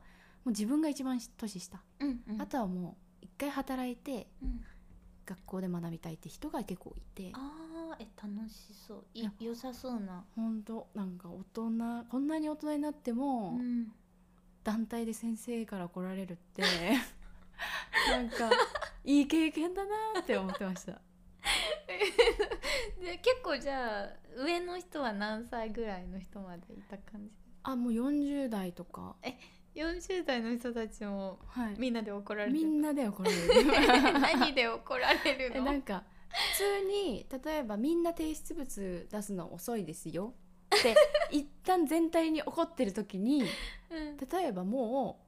B: う自分が一番年下、
A: うんうん、
B: あとはもう一回働いて
A: うん、
B: 学校で学びたいって人が結構いて
A: あーえ楽しそう
B: い
A: い
B: や
A: 良さそうな、
B: 本当なんか大人こんなに大人になって
A: う
B: も、
A: ん、
B: 団体で先生から来られるって なんかいい経験だなって思って ました
A: で結構じゃあ上の人は何歳ぐらいの人までいた感じ
B: あもう40代とか
A: 40代の人たちも
B: はい
A: みんなで怒られて
B: み
A: る
B: んなで怒られ る
A: 何で怒られ
B: え
A: るの
B: なんか普通に例えばみんな提出物出すの遅いですよ って一旦全体に怒ってる時に
A: うん
B: 例えばも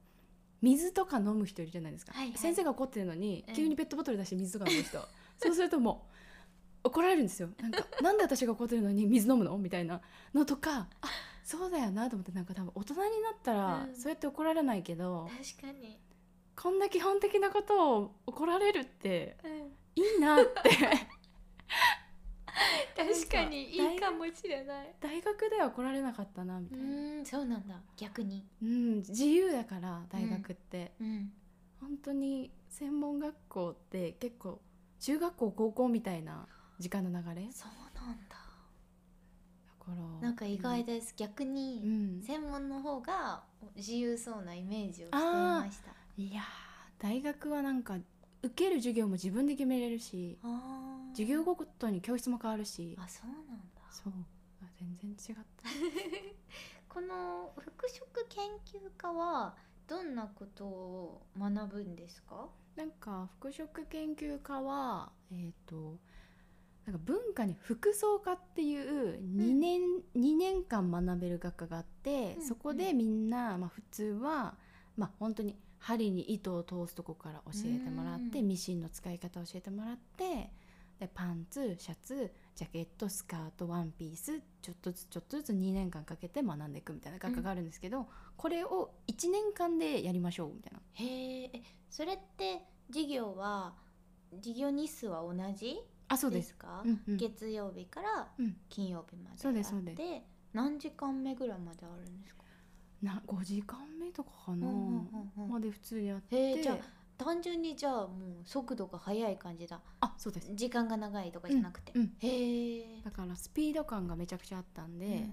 B: う水とか飲む人いるじゃないですか、
A: はいはい
B: 先生が怒ってるのに
A: うん
B: 急にペットボトル出して水とか飲む人、そうするともう怒られるんですよなんか「なんで私が怒ってるのに水飲むの?」みたいなのとかあそうだよなと思ってなんか多分大人になったら
A: うん
B: そうやって怒られないけど、
A: 確かに、
B: こんな基本的なことを怒られるって
A: うん
B: いいなって
A: 確かにいいかもしれない
B: 大学では怒られなかったなみたいな、
A: んそうなんだ逆に
B: うん、自由だから大学って、
A: うん
B: 本当に専門学校って結構中学校高校みたいな時間の流れだ
A: そうなんだ
B: から
A: なんか意外です、逆
B: うん、
A: に
B: うん
A: 専門の方が自由そうなイメージをしてい
B: あー
A: ました
B: いやー大学はなんか受ける授業も自分で決めれるし
A: あー
B: 授業ごとに教室も変わるし
A: あそうなんだ
B: そうあ全然違った
A: この服飾研究家はどんなことを学ぶんですか
B: なんか服飾研究家はえっ、となんか文化に服装科っていう2年、二年間学べる学科があって、
A: うん
B: そこでみんな、まあ、普通はまあ本当に針に糸を通すとこから教えてもらって
A: うん
B: ミシンの使い方を教えてもらってでパンツシャツジャケットスカートワンピースちょっとずつちょっとずつ2年間かけて学んでいくみたいな学科があるんですけど、これを1年間でやりましょうみたいな
A: へーえそれって授業は授業日数は同じ
B: あそう
A: で
B: です
A: すか
B: うんうん
A: 月曜日から
B: うん
A: 金曜日まで
B: そうです
A: あっ
B: そう
A: て何時間目ぐらいまであるんですか
B: な5時間目とかかな、
A: うんうんうんうん
B: まで普通にやって、
A: へえじゃあ単純にじゃあもう速度が速い感じだ
B: あそうです
A: 時間が長いとかじゃなくて、
B: うんうん
A: へえ
B: だからスピード感がめちゃくちゃあったんで、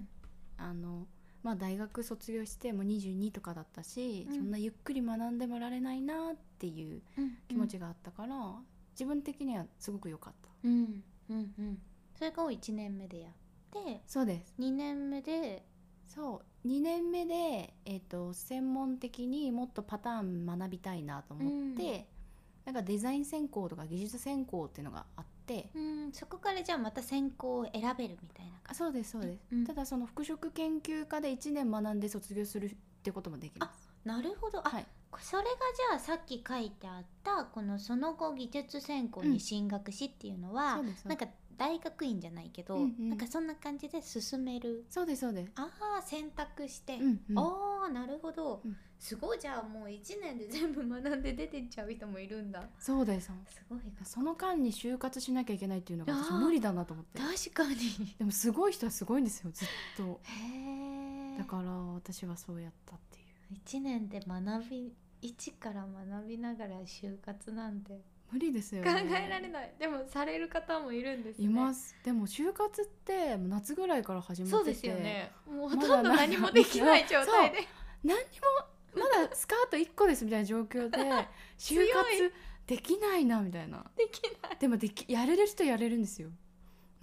B: あのまあ、大学卒業してもう22とかだったし、
A: うん
B: そんなゆっくり学んでもられないなっていう気持ち
A: が
B: があったから、自分的にはすごく良かった
A: うんうんうんそれを1年目でやって
B: そうです
A: 2年目で
B: そう2年目で、えー、と専門的にもっとパターン学びたいなと思って、
A: うん
B: なんかデザイン専攻とか技術専攻っていうのがあって
A: うんそこからじゃあまた専攻を選べるみたいな感
B: あそうですそうです、
A: うん
B: ただその服飾研究科で1年学んで卒業するってこともできます
A: じなるほどあ、
B: はい
A: それがじゃあさっき書いてあったこのその後技術専攻に進学しっていうのは、
B: そうですそう
A: な
B: で
A: ん
B: す
A: か大学院じゃないけど、
B: うんうん
A: なんかそんな感じで進める
B: そうですそうです
A: ああ選択して、
B: うんうん
A: ああなるほど、
B: うん
A: すごいじゃあもう1年で全部学んで出てっちゃう人もいるんだ
B: そうです
A: すごいな
B: その間に就活しなきゃいけないっていうのが私
A: あー
B: 無理だなと思って
A: 確かに
B: でもすごい人はすごいんですよずっと
A: へえ
B: だから私はそうやったっていう
A: 1年で学び一から学びながら就活なんて
B: 無理ですよ、
A: 考
B: ね、
A: えられない、でもされる方もいるんですね
B: いますでも就活ってもう夏ぐらいから始まってて
A: そうですよねもうほ
B: まだ
A: とんど何もできない状 態で
B: 何にもまだスカート1個ですみたいな状況で 就活できないなみたいな
A: できな
B: でもできやれる人やれるんですよ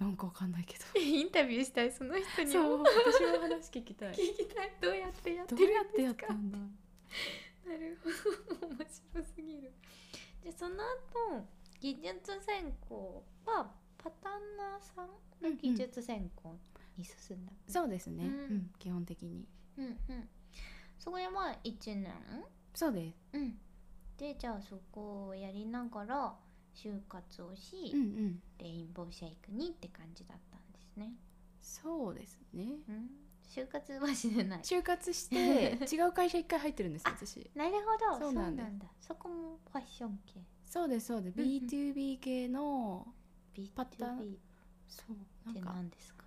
B: なんかわかんない けど
A: いインタビューしたいその人に
B: そ
A: も
B: う私の話聞きたい
A: 聞きたいどうやってやって
B: どう
A: る
B: やってや
A: んで
B: っ
A: すか
B: たんだ
A: なるほど面白すぎるでその後技術専攻はパタンナーさん
B: うんうん
A: 技術専攻に進んだ、
B: そうですね、
A: う
B: うんん基本的に
A: うん、うんそこでまあ1年
B: そうです
A: うんでじゃあそこをやりながら就活をし、
B: うんうん
A: レインボーシェイクにって感じだったんですね
B: そうですね
A: うん就活はしてない
B: 就活して 違う会社一回入ってるんです
A: あ
B: 私
A: なるほどそ
B: そうう
A: な
B: なんん
A: だ
B: です
A: そこもファッション系
B: そうですそうです
A: うんうん
B: B2B 系の
A: B2B
B: パターンそうな
A: っ
B: ん
A: て
B: か
A: 何ですか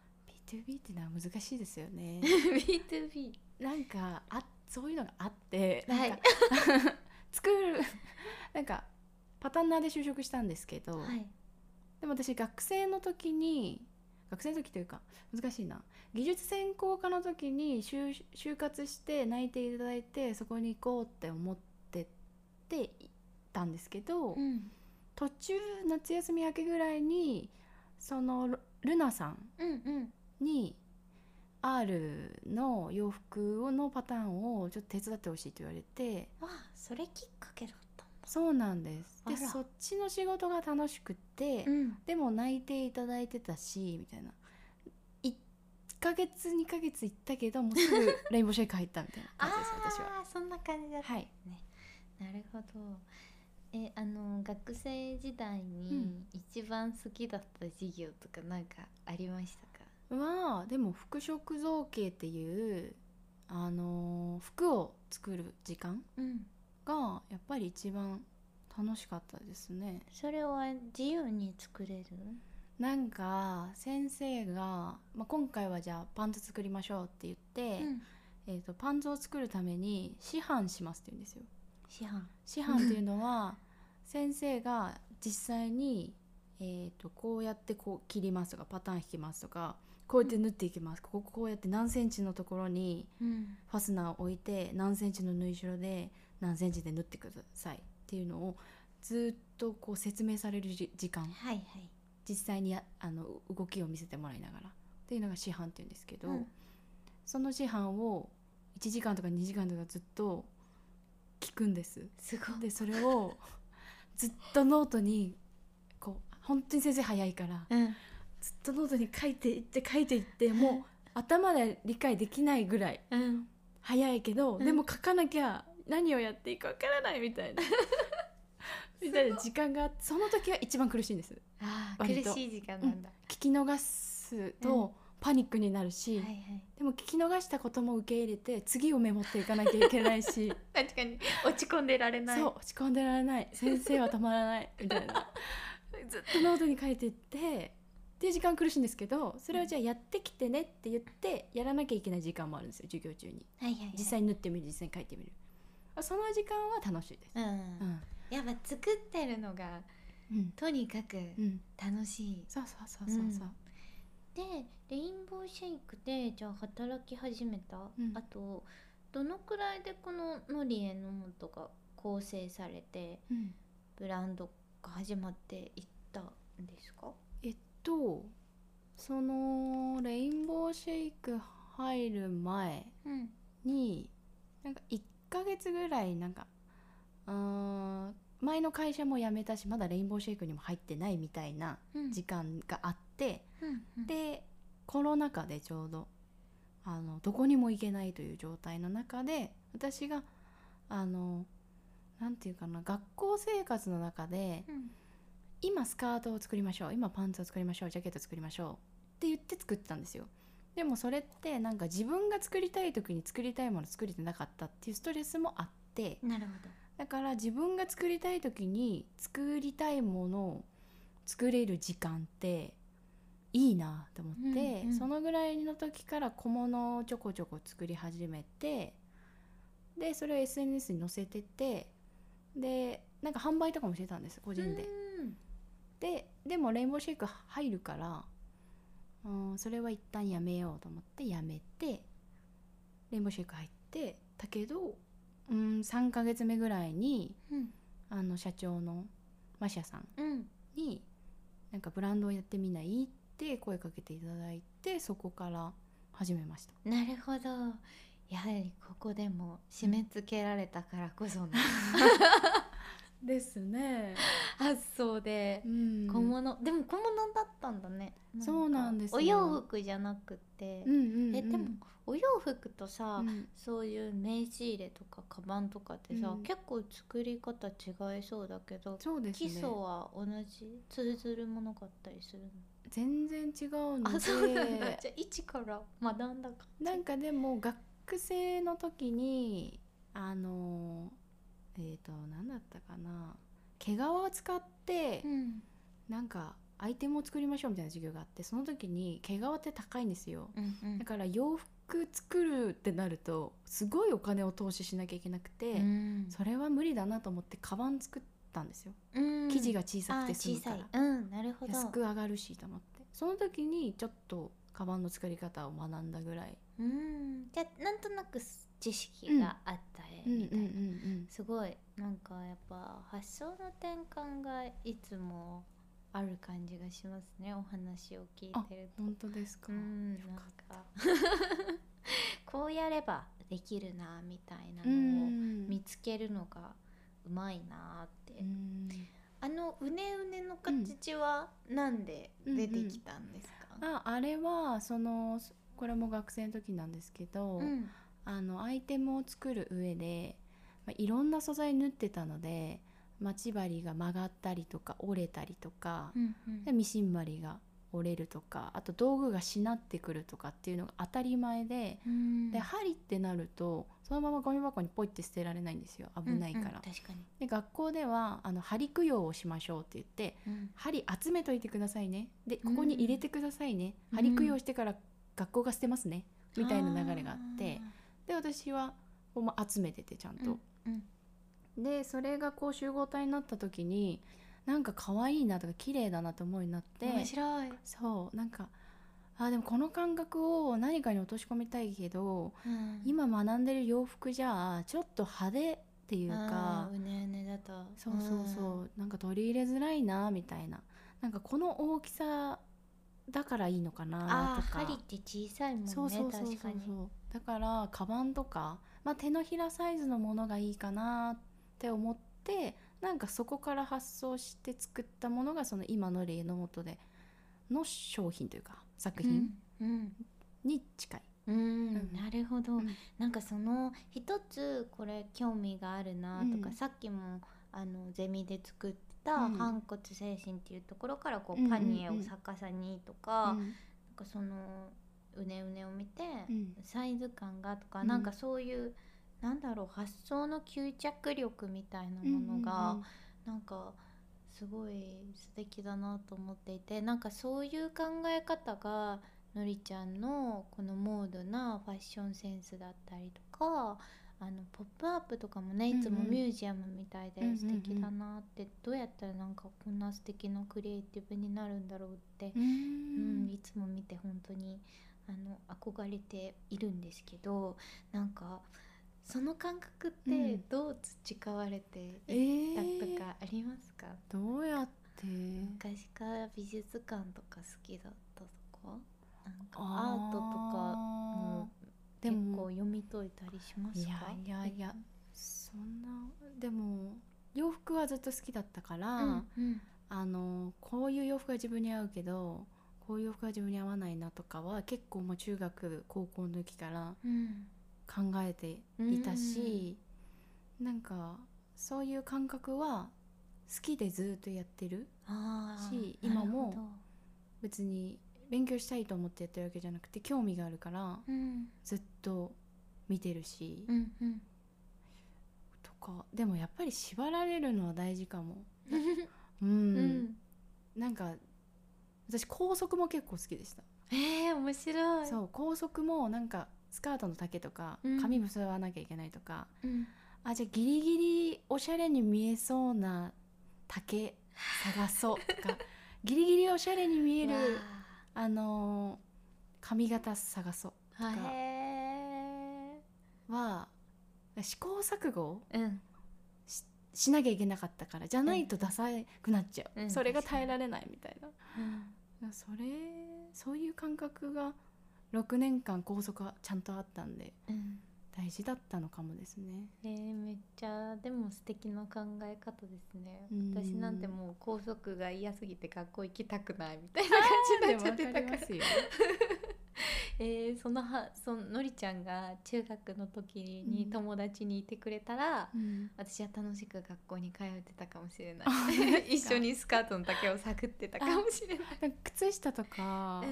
B: B2B ってのは難しいですよ ね
A: B2B
B: なんかあそういうのがあってなんか、
A: はい
B: 作る なんかパタンナーで就職したんですけど、
A: はい
B: でも私学生の時に学生の時というか難しいな技術専攻科の時に就就活して内定いただいてそこに行こうって思ってって行ったんですけど、
A: うん
B: 途中夏休み明けぐらいにそのルルナさん
A: うんうん
B: に R の洋服をのパターンをちょっと手伝ってほしいと言われて
A: わあそれきっかけだったん
B: そうなんですで
A: あら
B: そっちの仕事が楽しくて、
A: だうん
B: でも内定いただいてたしみたいな1ヶ月2ヶ月行ったけどもうす ぐレインボーシェイク入ったみたいな
A: あ
B: 感じです私は。
A: あそんな感じだった
B: はい、
A: なるほどえあの学生時代
B: う
A: に
B: ん
A: 一番好きだった授業とかなんかありましたか
B: はでも服飾造形っていう、あのー服を作る時間
A: うん
B: がやっぱり一番楽しかったですね。
A: それは自由に作れる
B: なんか先生が、まあ、今回はじゃあパンツ作りましょうって言って、
A: うん
B: えー、とパンツを作るために市販しますって言うんですよ。
A: 市販
B: 師範っていうのは先生が実際に、えー、とこうやってこう切りますとかパターン引きますとかこうやって縫っていきます、こここうやって何センチのところに
A: うん
B: ファスナーを置いて何センチの縫い代で何センチで縫ってくださいっていうのをずっとこう説明されるじ時間
A: はいはい
B: 実際にやあのう動きを見せてもらいながらっていうのが師範っていうんですけど、
A: うん
B: その師範を1時間とか2時間とかずっと聞くんです。
A: すごい
B: でそれをずっとノートにこう本当に先生早いから
A: うん
B: ずっとノートに書いていって書いていって もう頭で理解できないぐらい
A: うん
B: 早いけど、
A: うん
B: でも書かなきゃ何をやっていいかわからないみた いなみたいな時間がその時は一番苦しいんです
A: あー
B: 割と
A: 苦しい時間なんだ、
B: 聞き逃す
A: う
B: とパニックになるし、
A: はいはい
B: でも聞き逃したことも受け入れて次をメモっていかなきゃいけないし
A: 確かに落ち込んでられ ない
B: そう落ち込んでられない先生は止まらないみたいなずっとノートに書いていってっていう時間苦しいんですけどそれをじゃあやってきてねって言ってやらなきゃいけない時間もあるんですよ授業中に
A: はいはいはい、
B: 実際に縫ってみる実際に書いてみるその時間は楽しいです、
A: うん、
B: うん
A: やっぱ作ってるのが
B: うん
A: とにかく
B: うん、
A: 楽しい、
B: そうそうそうそうそう、
A: でレインボーシェイクでじゃあ働き始めた、
B: うん
A: あとどのくらいでこのノリエのもとが構成されて
B: うん
A: ブランドが始まっていったんですか
B: えっとそのレインボーシェイク入る前
A: うん
B: になんか1ヶ月ぐらいなんかうーん前の会社も辞めたしまだレインボーシェイクにも入ってないみたいな
A: うん
B: 時間があって、
A: うんうん
B: でコロナ禍でちょうどあのどこにも行けないという状態の中で私があのなんていうかな学校生活の中で
A: うん
B: 今スカートを作りましょう今パンツを作りましょうジャケット作りましょうって言って作ってたんですよでもそれってなんか自分が作りたい時に作りたいもの作れてなかったっていうストレスもあって
A: なるほ
B: だから自分が作りたい時に作りたいものを作れる時間っていいなと思って、
A: うんうん
B: そのぐらいの時から小物をちょこちょこ作り始めてでそれを SNS に載せててでなんか販売とかもしてたんです個
A: ど
B: 人で。ででもレインボーシェイク入るから、うん、それは一旦やめようと思ってやめてレインボーシェイク入ってだけど、うん、3ヶ月目ぐらいに
A: うん
B: あの社長のマシャさん
A: うん
B: になんかブランドをやってみないって声かけていただいてそこから始めました。
A: なるほどやはりここでも締め付けられたからこその
B: ですね。
A: 発想で
B: うん、
A: 小物、でも小物だったんだねか
B: そうなんですよ
A: お洋服じゃなくて、
B: うんうんうん、
A: えでもお洋服とさ、
B: うん
A: そういう名刺入れとかカバンとかってさ、
B: うん
A: 結構作り方違いそうだけど、
B: そうです
A: 基
B: ね。
A: 礎は同じ通ずるものがあったりするの、
B: 全然違うので
A: あそうなんだじゃあ一から学んだか
B: なんかでも学生の時にあのえっ、と何だったかな毛皮を使って
A: うん
B: なんかアイテムを作りましょうみたいな授業があってその時に毛皮って高いんですよ
A: うんうん
B: だから洋服作るってなるとすごいお金を投資しなきゃいけなく
A: う
B: て、
A: ん
B: それは無理だなと思ってカバン作ったんですよ
A: うん
B: 生地が小さくて
A: あ小
B: 済むか
A: さ
B: ら、
A: いうんなるほど
B: 安く上がるしと思ってその時にちょっとカバンの作り方を学んだぐらい、
A: うんじゃあなんとなく知識があったりみたいな、
B: ん、
A: すごいなんかやっぱ発想の転換がいつもある感じがしますねお話を聞いてると。
B: 本当ですか、
A: うんなんか こうやればできるなみたいなのを見
B: ん
A: つけるのがうまいなって、
B: うん
A: あのうねうねの形はなんで出てきたんですか、
B: ああれはそのこれも学生の時なんですけど、
A: うん
B: あのアイテムを作る上で、まあ、いろんな素材縫ってたので待ち針が曲がったりとか折れたりとか、
A: うん
B: でミシン針が折れるとかあと道具がしなってくるとかっていうのが当たり前で。
A: うん
B: で針ってなるとそのままゴミ箱にポイって捨てられないんですよ危ないから、
A: うんうん確かに、
B: で学校ではあの針供養をしましょうって言って
A: うん
B: 針集めといてくださいねで
A: う
B: こ
A: ん
B: こに入れてくださいね、
A: うん
B: 針供養してから学校が捨てますねみたいな流れがあってで私はこうまあ集めててちゃんと、
A: うん
B: でそれがこう集合体になった時になんか可愛いなとか綺麗だなと思うようになっ
A: あー
B: て
A: 面白い、
B: そうなんかあーでもこの感覚を何かに落とし込みたいけど
A: うん
B: 今学んでる洋服じゃちょっと派手っていうか
A: あーうねうねだと
B: そうそうそう、なんか取り入れづらいなみたいななんかこの大きさだからいいのか
A: うんあ
B: なと
A: ー
B: か
A: 針って小さいもんね
B: そうそうそうそう
A: 確かに
B: そうだからカバンとか、まあ、手のひらサイズのものがいいかなって思ってなんかそこから発想して作ったものがその今の例のもとでの商品というか作品
A: うん
B: に近い、
A: ううーん、
B: うん
A: なるほど、
B: うん
A: なんかその一つこれ興味があるなとか、
B: うん
A: さっきもあのゼミで作った
B: うん
A: 反骨精神っていうところからこ
B: うんうんう
A: うんパニエを逆さにとか、
B: うん
A: なんかそのうねうねを見て、
B: うん
A: サイズ感がとか、
B: うん
A: なんかそういうなんだろう発想の吸着力みたいなものが、なんかすごい素敵だなと思っていてなんかそういう考え方がのりちゃんのこのモードなファッションセンスだったりとかあのポップアップとかもねいつも
B: うんうん
A: ミュージアムみたいで
B: うんうんうん
A: 素敵だなってどうやったらなんかこんな素敵なクリエイティブになるんだろうって、
B: うん
A: うんいつも見て本当にあの憧れているんですけどなんかその感覚っ
B: う
A: て
B: ん
A: どう培われてい
B: え
A: だ
B: ー
A: とかありますか、
B: どうやって
A: 昔から美術館とか好きだったとかなんかアートとか
B: あ
A: も
B: ーで
A: 結
B: も
A: 構読み解いたりしますか
B: いやいやいやそんなでも洋服はずっと好きだったから、
A: うんうん
B: あのこういう洋服が自分に合うけどこういう洋服が自分に合わないなとかは結構もう中学高校の時から
A: うん
B: 考えていたし、なんかそういう感覚は好きでずっとやってる
A: あー
B: し
A: なるほど
B: 今も別に勉強したいと思ってやってるわけじゃなくて興味があるから
A: うん
B: ずっと見てるし、
A: うんうん
B: とかでもやっぱり縛られるのは大事かも うん、
A: うん
B: なんか私校則も結構好きでした、
A: えー、面白い
B: そう校則もなんかスカートの丈とか
A: うん
B: 髪結わなきゃいけないとか、
A: うん
B: あじゃあギリギリおしゃれに見えそうな丈探そう とかギリギリおしゃれに見える
A: わ
B: あのー髪型探そ
A: ーはへ
B: うは試行錯誤
A: ーうん
B: しなきゃいけなかったからじゃないとダサくなっちゃう、
A: うん
B: それが
A: 確かに
B: 耐えられないみたいな
A: うん
B: それそういう感覚が6年間拘束はちゃんとあったんで
A: うん
B: 大事だったのかもですね
A: えー、めっちゃでも素敵な考え方ですね
B: うん
A: 私なんてもう校則が嫌すぎて学校行きたくないみたいな感じになっちゃってたから
B: すよ、
A: えー、そのはそののりちゃんが中学の時
B: う
A: に
B: ん
A: 友達にいてくれたら、
B: うん
A: 私は楽しく学校に通ってたかもしれない
B: あ本当ですか
A: 一緒にスカートの丈を探ってたかもしれない
B: なんか靴下とか、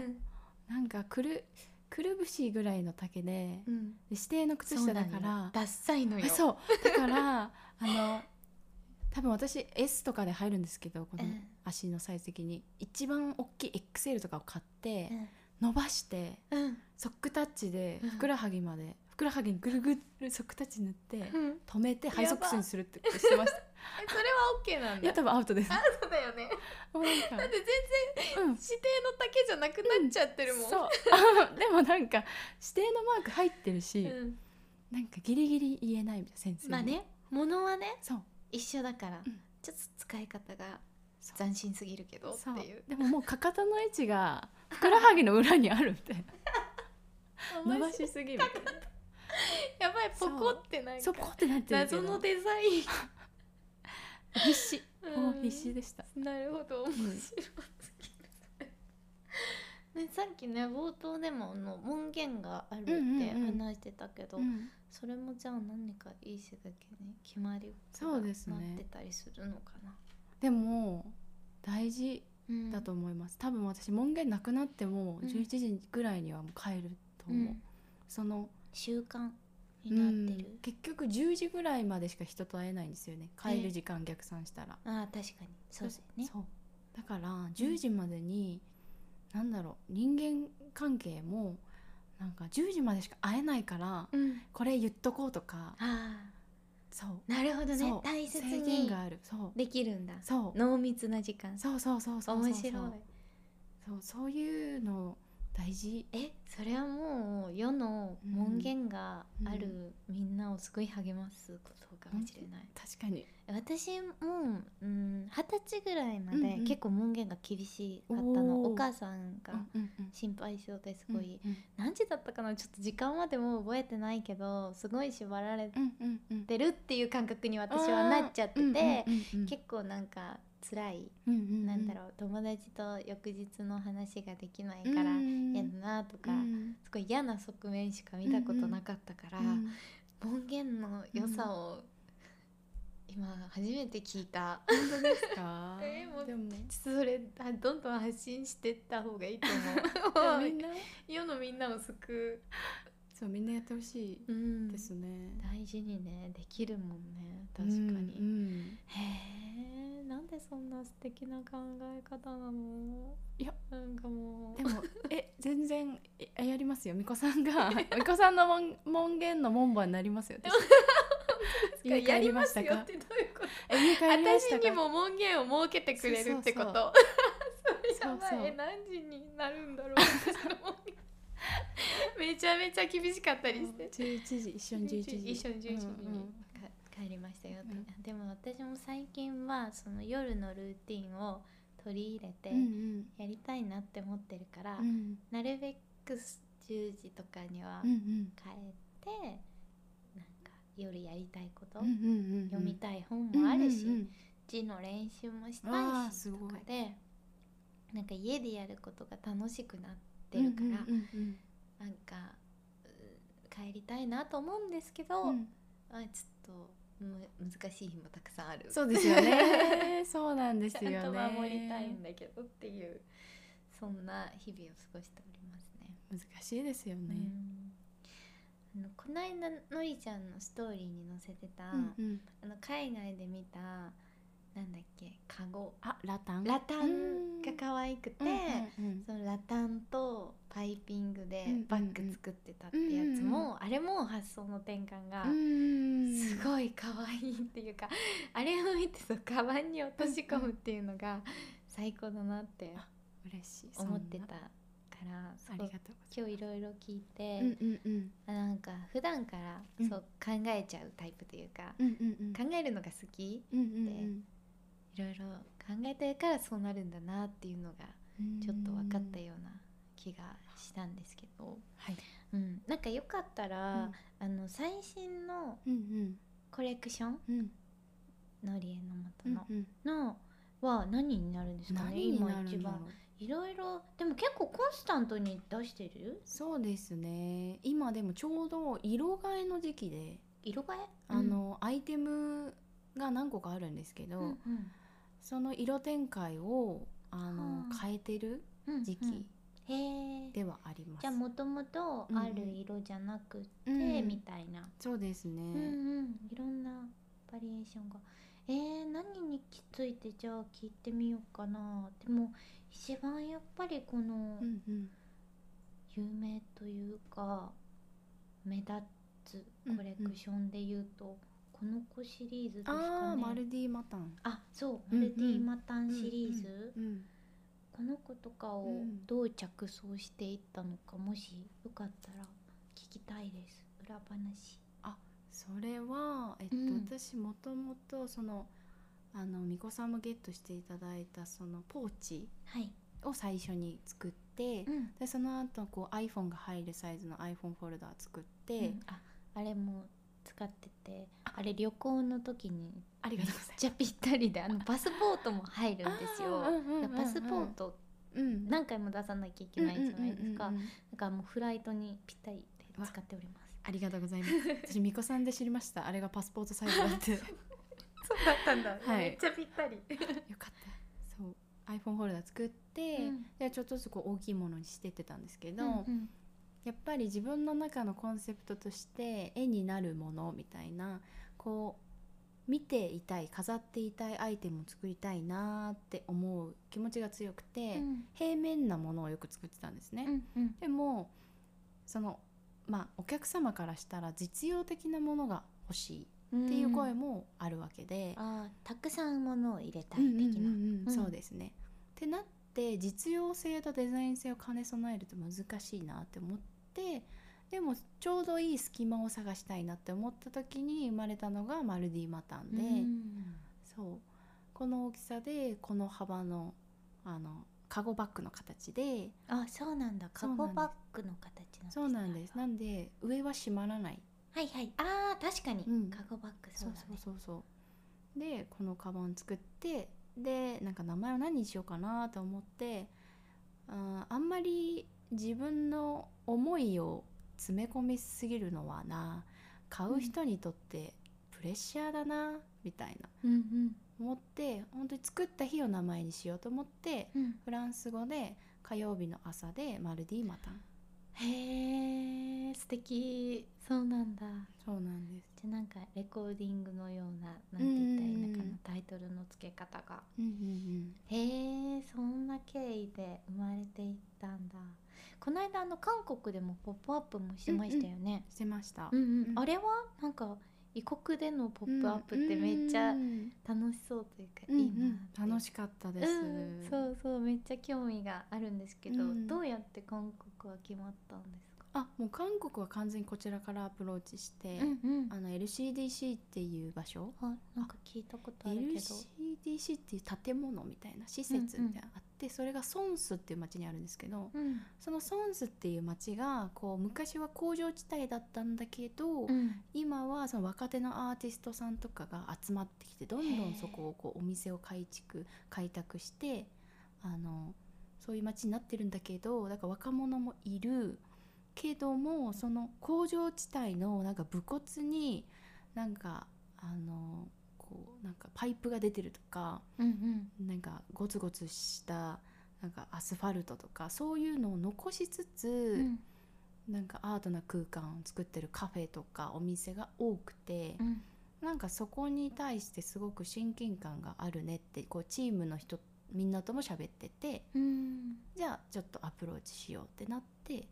B: なんかくるくるぶしぐらいの丈で、
A: うんうん
B: 指定の靴下だか
A: そうなのよ
B: ら
A: ダッサいのよ
B: あそうだから あの多分私 S とかで入るんですけどこの
A: うん
B: 足のサイズ的に一番大きい XL とかを買って
A: うん
B: 伸ばして
A: うん
B: ソックタッチで
A: うん
B: ふくらはぎまでふくらはぎにぐるぐるソックタッチ塗って
A: うん
B: 止めて
A: ば
B: ハイソックスにするってことしてま した
A: えそれは OK なん
B: いや
A: だ
B: 多分アウト です
A: そうだよね
B: もうなんか
A: だって全然
B: うん
A: 指定の丈じゃなくなっちゃってるもん、
B: そう でもなんか指定のマーク入ってるし、
A: うん
B: なんかギリギリ言えないみたいな先生に
A: まあね物はね
B: そう
A: 一緒だから、
B: うん
A: ちょっと使い方が
B: そう
A: 斬新すぎるけど
B: そ
A: っ
B: う
A: ていう
B: でももうかかとの位置がふくらはぎの裏にあるみたい な伸ばしすぎるみたい
A: やばいポ
B: そう
A: コってなん
B: な
A: か
B: そうポコってなってるけ
A: 謎
B: ど
A: のデザイン
B: 必死も
A: う
B: うん必死でした
A: なるほど面白すぎる、ね、さっきね冒頭でもあの門限があるって
B: うんうんうん
A: 話してたけど、
B: うん
A: それもじゃあ何かいい世だけに決まりが
B: そうですね
A: なってたりするのかな、
B: でも大事
A: うん
B: だと思います、多分私門限なくなっても
A: うん
B: 11時ぐらいにはもう帰ると思
A: う
B: う、
A: ん
B: その
A: 習慣になってる
B: うん、結局10時ぐらいまでしか人と会えないんですよね帰る時間逆算したら、
A: ああ確かにそうだよね
B: そうだから10時までに、なんだろう人間関係もなんか10時までしか会えないから
A: うん
B: これ言っとこうとか
A: ああ
B: そう
A: なるほど
B: そ
A: ね
B: う
A: 大切
B: 制限
A: に
B: があるそう
A: できるんだ
B: そう
A: 濃密な時間
B: そうそうそうそう
A: 面白い
B: そうそういうの大事
A: えそれはもう世の門限があるみんなをすごい励ますことかもしれない、
B: 確かに
A: 私もうん二十歳ぐらいまで
B: うんうん
A: 結構門限が厳しかったの、
B: おー
A: お母さんが
B: うんうんうん
A: 心配性ですごい、
B: うん
A: 何時だったかなちょっと時間までもう覚えてないけどすごい縛られ
B: うんうんうん
A: てるっていう感覚に私はなっちゃってて、
B: うんうんうんうん
A: 結構なんか辛い、
B: うんうんうん
A: なんだろう友達と翌日の話ができない
B: うん
A: から
B: うん
A: 嫌だなとか、
B: うん
A: すごい嫌な側面しか見たことなかったから、
B: うん
A: 門限の良さを今初めて聞いた、
B: 本当です か
A: えーもう
B: でも
A: それあどんどん発信してった方がいいと
B: いや
A: 思
B: み
A: うん
B: な
A: 世のみんなを救
B: そうみんなやってほし
A: う、うん
B: いですね、
A: 大事にねできるもんね確
B: う
A: か
B: ん
A: に、
B: うん
A: へえなんでそんな素敵な考え方なの
B: いや
A: なんかも
B: でもえ全然えやりますよみこさん がみこさんの門門限の門番になり ますよ私
A: う
B: 家帰りました
A: やりま
B: か
A: すよってどういうこと
B: え家帰りました
A: 私
B: か
A: にも門限を設けてくれるってこと それやばい
B: そうそう
A: え何時になるんだろう私の門限めちゃめちゃ厳しかったりして
B: 十一時一緒に十一時
A: 一緒に11時に、
B: うんうん
A: か帰りましたよって、
B: うん
A: でも私も最近はその夜のルーティンを取り入れて
B: うん
A: やりたいなって思ってるから、
B: うんうん
A: なるべく10時とかには
B: うんうん
A: 帰って、なんか夜やりたいこと、
B: うんうんうん
A: 読みたい本もあるし、
B: うんうんうん
A: 字の練習もした
B: あー
A: いし
B: す
A: と
B: ごい
A: かでなんか家でやることが楽しくなってるから、
B: うんうん
A: なんかう帰りたいなと思うんですけど、
B: うんうん
A: あちょっとむ難しい日もたくさんある
B: そうですよ ねそうなんです
A: ちゃ
B: よね
A: んと守りたいんだけどっていうそんな日々を過ごしておりますね。
B: 難しいですよね
A: うんあのこの間のりちゃんのストーリーに載せてた、
B: うんうん
A: あの海外で見たなんだっけカゴ
B: あラタン
A: ラタンが可愛くて、
B: うんうんうん
A: そのラタンとパイピングで
B: うんうんうん
A: バッグ作ってたってやつも、あれも発想の転換がす
B: い
A: ごい可愛いっていうか、あれを見てそうカバンに落とし込むっていうのが最高だなって
B: 嬉しい
A: 思ってた
B: そんな
A: からす
B: あり
A: ご
B: が
A: い
B: とう
A: 今日いろいろ聞いて、
B: うんうんうん
A: あなんか普段から
B: うん
A: そう考えちゃうタイプというか、
B: うんうんうん
A: 考えるのが好きい
B: うんうんうん
A: ろいろ考えてるからそうなるんだなっていうのが
B: うん
A: ちょっと分かったような気がしたんですけど、
B: はい
A: うん、なんかよかったら、あの最新の
B: うんうん
A: コレクション
B: うん
A: のりえのもと
B: うん
A: の,、
B: うん
A: のは何になるんですかね
B: 何にな
A: 今
B: る
A: 一
B: んだろ
A: 番
B: う
A: いろいろでも結構コンスタントに出してる
B: そうですね今でもちょうど色替えの時期で
A: 色替え
B: あ、のアイテムが何個かあるんですけ
A: う
B: ど
A: んうんうん
B: その色展開をあの
A: はあ
B: 変えてる
A: うんうん
B: 時期
A: へえ
B: ではあります
A: じゃあもともとある色じゃなくて、
B: うん
A: みたいな、
B: そうです
A: う
B: ね
A: いろんなバリエーションがえー、何についてじゃあ聞いてみようかなでも一番やっぱりこの
B: うんうん
A: 有名というか目立つコレクションで言うと、この子シリーズですかね
B: ああマルディマタン
A: あそう
B: うん
A: マ
B: うん
A: ルディマタンシリーズ、
B: うん
A: この子とか
B: う
A: を
B: ん
A: どう着想していったのか、もしよかったら聞きたいです裏話
B: それは、えっと
A: うん
B: 私もともとそのあの巫女さんもゲットしていただいたそのポーチ
A: はい、
B: を最初に作って、
A: うん
B: でその後こう iPhone が入るサイズの iPhone フォルダー作って、
A: うんああれも使っててあれ旅行の時に
B: ありがとうございます。
A: じゃぴったりであのパスポートも入るんですよ
B: あーうんうんうんうん
A: パスポート
B: うん
A: 何回も出さなきゃいけないじゃないですか、
B: うんうんうんうん
A: だからもうフライトにぴったりで使っております
B: ありがとうございます。私巫女さんで知りました。あれがパスポートサイズだ って。よ
A: そうだったんだ、
B: はいめっ
A: ちゃぴったり、
B: かった。そう iPhone フォルダー作って、
A: うん
B: でちょっとずつこう大きいものにしてってたんですけど、
A: うんうん
B: やっぱり自分の中のコンセプトとして絵になるものみたいなこう見ていたい飾っていたいアイテムを作りたいなーって思う気持ちが強くて、
A: うん
B: 平面なものをよく作ってたんですね。
A: うんうん
B: でもそのまあお客様からしたら実用的なものが欲しいっていう声もあるわけで、
A: あーたくさんものを入れた
B: う
A: い
B: んうん
A: 的
B: うん
A: な、
B: うん
A: うん
B: そうですね。ってなって実用性とデザイン性を兼ね備えると難しいなって思ってでもちょうどいい隙間を探したいなって思った時に生まれたのがマルディマタンで、
A: うん
B: そうこの大きさでこの幅のあのカゴバッグの形で
A: あそうなんだカ
B: そうな
A: ゴ
B: んです
A: バッグの形なんですね
B: そうなんですなんで上は閉まらない
A: はいはいあー確かに、
B: うん
A: カゴバッグそうだね
B: そうそうそうそうでこのカバン作ってでなんか名前を何にしようかなと思ってあーあんまり自分の思いを詰め込みすぎるのはな買う人にとってプレッシャーだなみたいな
C: うんうん
B: 思って本当に作った日を名前にしようと思って
C: うん
B: フランス語で火曜日の朝でマルディマタン
A: へえ素敵そうなんだ
B: そうなんです、
A: じゃあなんかレコーディングのようななんて言ったらいいのか
B: うんうんう
A: なんタイトルの付け方が
B: うんうん
A: へえそんな経緯で生まれていったんだこの間あの韓国でも「ポップアップもしてましたよね
B: してました
A: うん、うん
B: うん
A: あれはなんか異国での「ポップアップってめっちゃ
B: うん
A: 楽しそうというか、
B: うん
A: いいなって
B: 楽しかったです、
A: うん、そうそうめっちゃ興味があるんですけど、
B: うん
A: どうやって韓国は決まったんですか、
B: あもう韓国は完全にこちらからアプローチして、
A: うん
B: あの LCDC っていう場所
A: あなんか聞いたことあるけど
B: LCDC っていう建物みたいな施設みたいなのがあって、それがソンスっていう町にあるんですけど
A: うん
B: そのソンスっていう町がこう昔は工場地帯だったんだけど、
A: うん
B: 今はその若手のアーティストさんとかが集まってきてどんどんそこをこうお店を改築開拓してあのそういう街になってるんだけどだから若者もいるけどもその工場地帯のなんか武骨になんかあのこうなんかパイプが出てるとか
A: うん
B: なんかゴツゴツしたなんかアスファルトとかそういうのを残しつつ、
A: うんうん
B: なんかアートな空間を作ってるカフェとかお店が多くて、
A: うん
B: なんかそこに対してすごく親近感があるねってこうチームの人みんなとも喋ってて
A: うん
B: じゃあちょっとアプローチしようってなって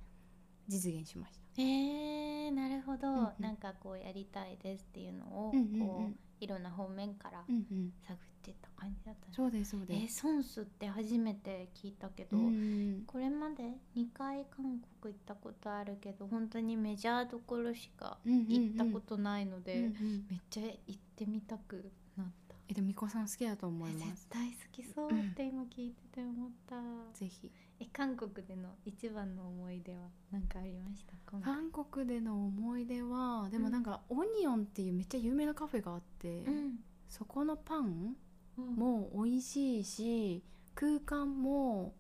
B: 実現しました。
A: えー、なるほど、
B: うんうん
A: なんかこうやりたいですっていうのをこ
B: う
A: う、
B: んうんうん
A: いろんな方面から
B: うんうん、
A: 探ってった感じだったんです
B: そうですそう
A: え
B: で
A: ー
B: す。
A: ソンスって初めて聞いたけど、
B: うん
A: これまで2回韓国行ったことあるけど本当にメジャーどころしか
B: うんうん
A: 行ったことないので、
B: うんうん
A: めっちゃ行ってみたくなった
B: えでもみこさん好きだと思い
A: え
B: ま
A: 絶
B: す。
A: 対好きそうって今聞いてて思った、
B: ぜひ
A: え韓国での一番の思い出は何かありました今回
B: 韓国での思い出はでもなんかオニオンっていうめっちゃ有名なカフェがあって、
A: うん
B: そこのパン
A: うん
B: もう美味しいし空間も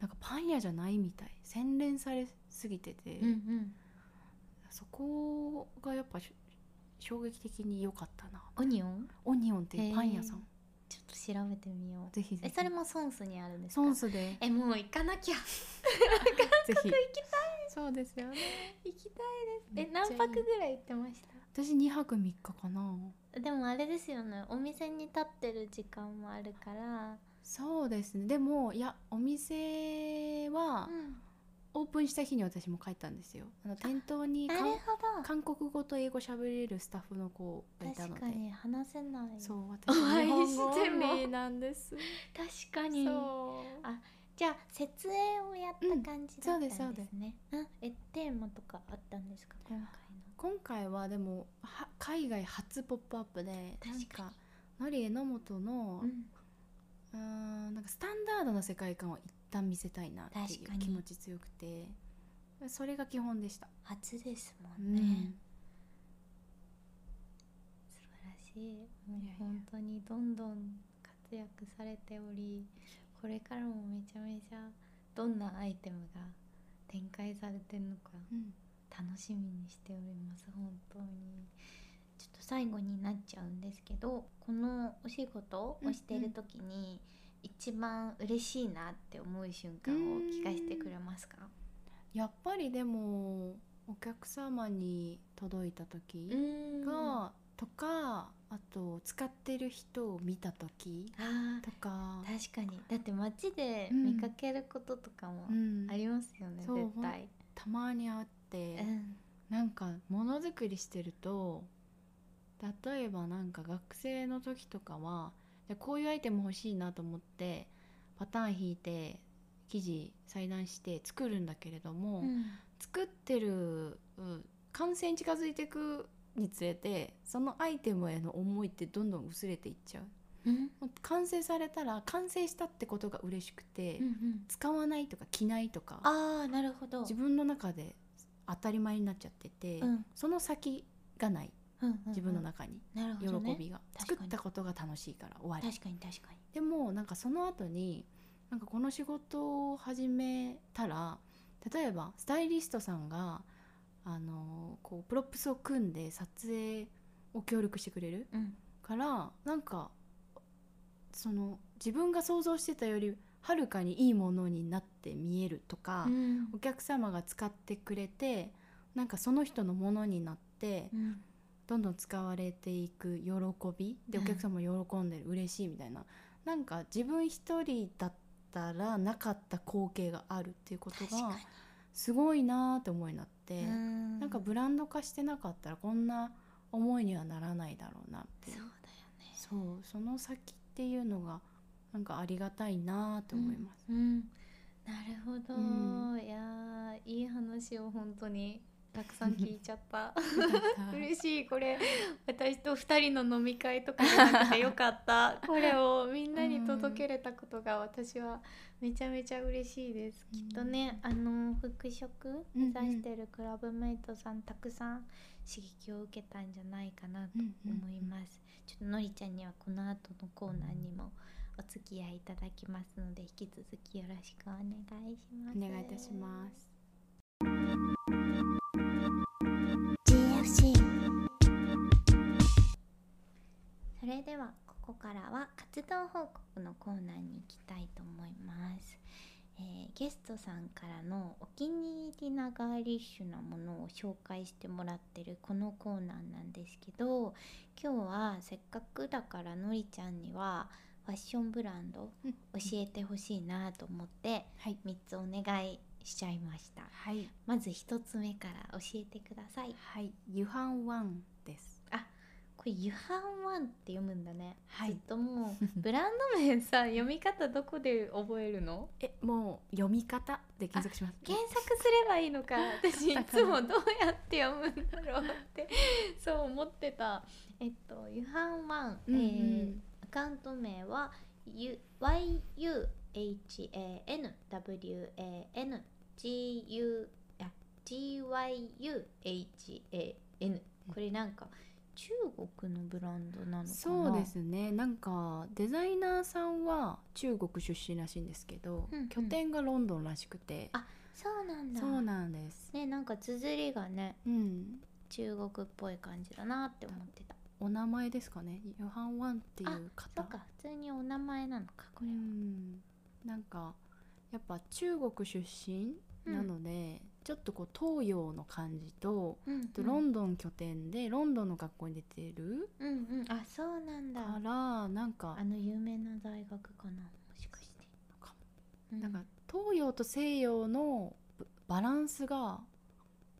B: なんかパン屋じゃないみたい洗練されすぎてて、
A: うんうん
B: そこがやっぱし衝撃的に良かったな
A: オニオン
B: オニオンっていうパン屋さ
A: へ
B: ん
A: ちょっと調べてみよう
B: ぜひぜ
A: え
B: ひ
A: それもソンスにあるんですか
B: ソン スで
A: えもう 行かなきゃ
B: ぜひ行きたいそうですよね
A: 行きた
B: め
A: いえ
B: っちゃいい
A: 何泊ぐらい行ってました
B: 私2泊3日かな
A: でもあれですよねお店に立ってる時間もあるから
B: そうですねでもいやお店は
A: うん
B: オープンした日に私も帰ったんですよあの店頭に
A: なる
B: 韓
A: ほど
B: 韓国語と英語喋れるスタッフの子がいたの
A: 確
B: で
A: かに話せない
B: そう私
A: お会い
B: 日本語
A: しても
B: オンリーなんです
A: 確かに
B: そう
A: あじゃあ設営をやった感じだったんですね、
B: うんそうです
A: うんえテーマとかあったんですか今回の
B: 今回はでもは海外初ポップアップでなん
A: 確か
B: かマリエ野本の
A: う、ん
B: うーん、なんかスタンダードな世界観を一旦見せたいなってい
A: 確か
B: う
A: に
B: 気持ち強くてそれが基本でした、
A: 初ですも
B: うん
A: ね、
B: ん
A: 素晴らしいもう
B: いやいや
A: 本当にどんどん活躍されておりこれからもめちゃめちゃどんなアイテムが展開されてるのか
B: うん
A: 楽しみにしております本当にちょっと最後になっちゃうんですけどこのお仕事をしている時に一番嬉しいなって思う瞬間を聞かせてくれますか
B: やっぱりでもお客様に届いた時
A: う
B: が、
A: んあ
B: とかあと使ってる人を見た時
A: あ
B: とか、
A: 確かにだって街で見かけることとかも
B: うん
A: ありますよね、
B: そう
A: 絶対
B: たまにあって、
A: うん
B: なんかものづくりしてると例えばなんか学生の時とかはじゃあこういうアイテム欲しいなと思ってパターン引いて生地裁断して作るんだけれども、
A: うん
B: 作ってる、うん完成に近づいていくにつれてそのアイテムへの思いってどんどん薄れていっちゃう
A: うん
B: もう完成されたら完成したってことが嬉しくて、
A: うん
B: 使わないとか着ないとか
A: ああなるほど
B: 自分の中で当たり前になっちゃってて、
A: うん
B: その先がない
A: うんうんうんうん
B: 自分の中に
A: なるほ
B: 喜
A: ど、ね、
B: びが、
A: 確
B: 作
A: かに
B: ったことが楽しいから終わり
A: 確かに確かに
B: でもなんかその後になんかこの仕事を始めたら例えばスタイリストさんがあのこうプロップスを組んで撮影を協力してくれる
A: うん
B: からなんかその自分が想像してたよりはるかにいいものになって見えるとか、
A: うん
B: お客様が使ってくれてなんかその人のものになって
A: うん
B: どんどん使われていく喜びで
A: う
B: お
A: ん
B: 客様も喜んでる嬉しいみたいななんか自分一人だったらなかった光景があるっていうこと
A: 確か
B: がすごいなーって思いになって、
A: にうん
B: なんかブランド化してなかったらこんな思いにはならないだろうなってい
A: そううだよね
B: そうその先っていうのがなんかありがたいなーって思います。
A: うん、なるほど、
B: う
A: いやーいい話を本当にたくさん聞いちゃった 嬉しいこれ私と2人の飲み会とかじゃなくてよかった これをみんなに届けれたことが私はめちゃめちゃ嬉しいです、
B: うん
A: きっとねあの服飾目指してるクラブメイトさんたくさん刺激を受けたんじゃないかなと
B: うんうん
A: 思います。ちょっとのりちゃんにはこの後のコーナーにもお付き合いいただきますので引き続きよろしくお願いします。
B: お願いいたします。
D: GFC
A: す。それではここからは活動報告のコーナーに行きたいと思います。えーゲストさんからのお気に入りなガーリッシュなものを紹介してもらってるこのコーナーなんですけど今日はせっかくだからのりちゃんにはファッションブランド
B: うん
A: 教えてほしいなと思って
B: はい、
A: 3つお願いしちゃいました
B: はい、
A: まず1つ目から教えてください
B: はい、ユハンワンです。
A: これ「ユハンワン」って読むんだね、
B: はい
A: ずっとも うブランド名さ読み方どこで覚えるの
B: え、もう読み方で検索します。
A: 検索すればいいのか私い
B: だから
A: つもどうやって読むんだろうってそう思ってたえっと「ユハンワン」
B: うんうん
A: えーアカウント名は U- YUHANWAN GU あ GYUHAN これなんか中国のブランドなのかな
B: そうですね。なんかデザイナーさんは中国出身らしいんですけど、
A: うんうん
B: 拠点がロンドンらしくて、
A: あそうなんだ
B: そうなんです。
A: ねなんか綴りがね
B: うん、
A: 中国っぽい感じだなって思ってた
B: お名前ですかね。ユハンワンっていう
A: そ
B: 方。
A: っか普通にお名前なのかこ
B: う
A: れは
B: ん、なんかやっぱ中国出身なので、ちょっとこう東洋の感じと。
A: うんうん
B: あとロンドン拠点でロンドンの学校に出てる
A: うんうんあそうなんだ
B: からなんか
A: あの有名な大学かなもしかして
B: かも
A: う
B: なんか東洋と西洋のババランスが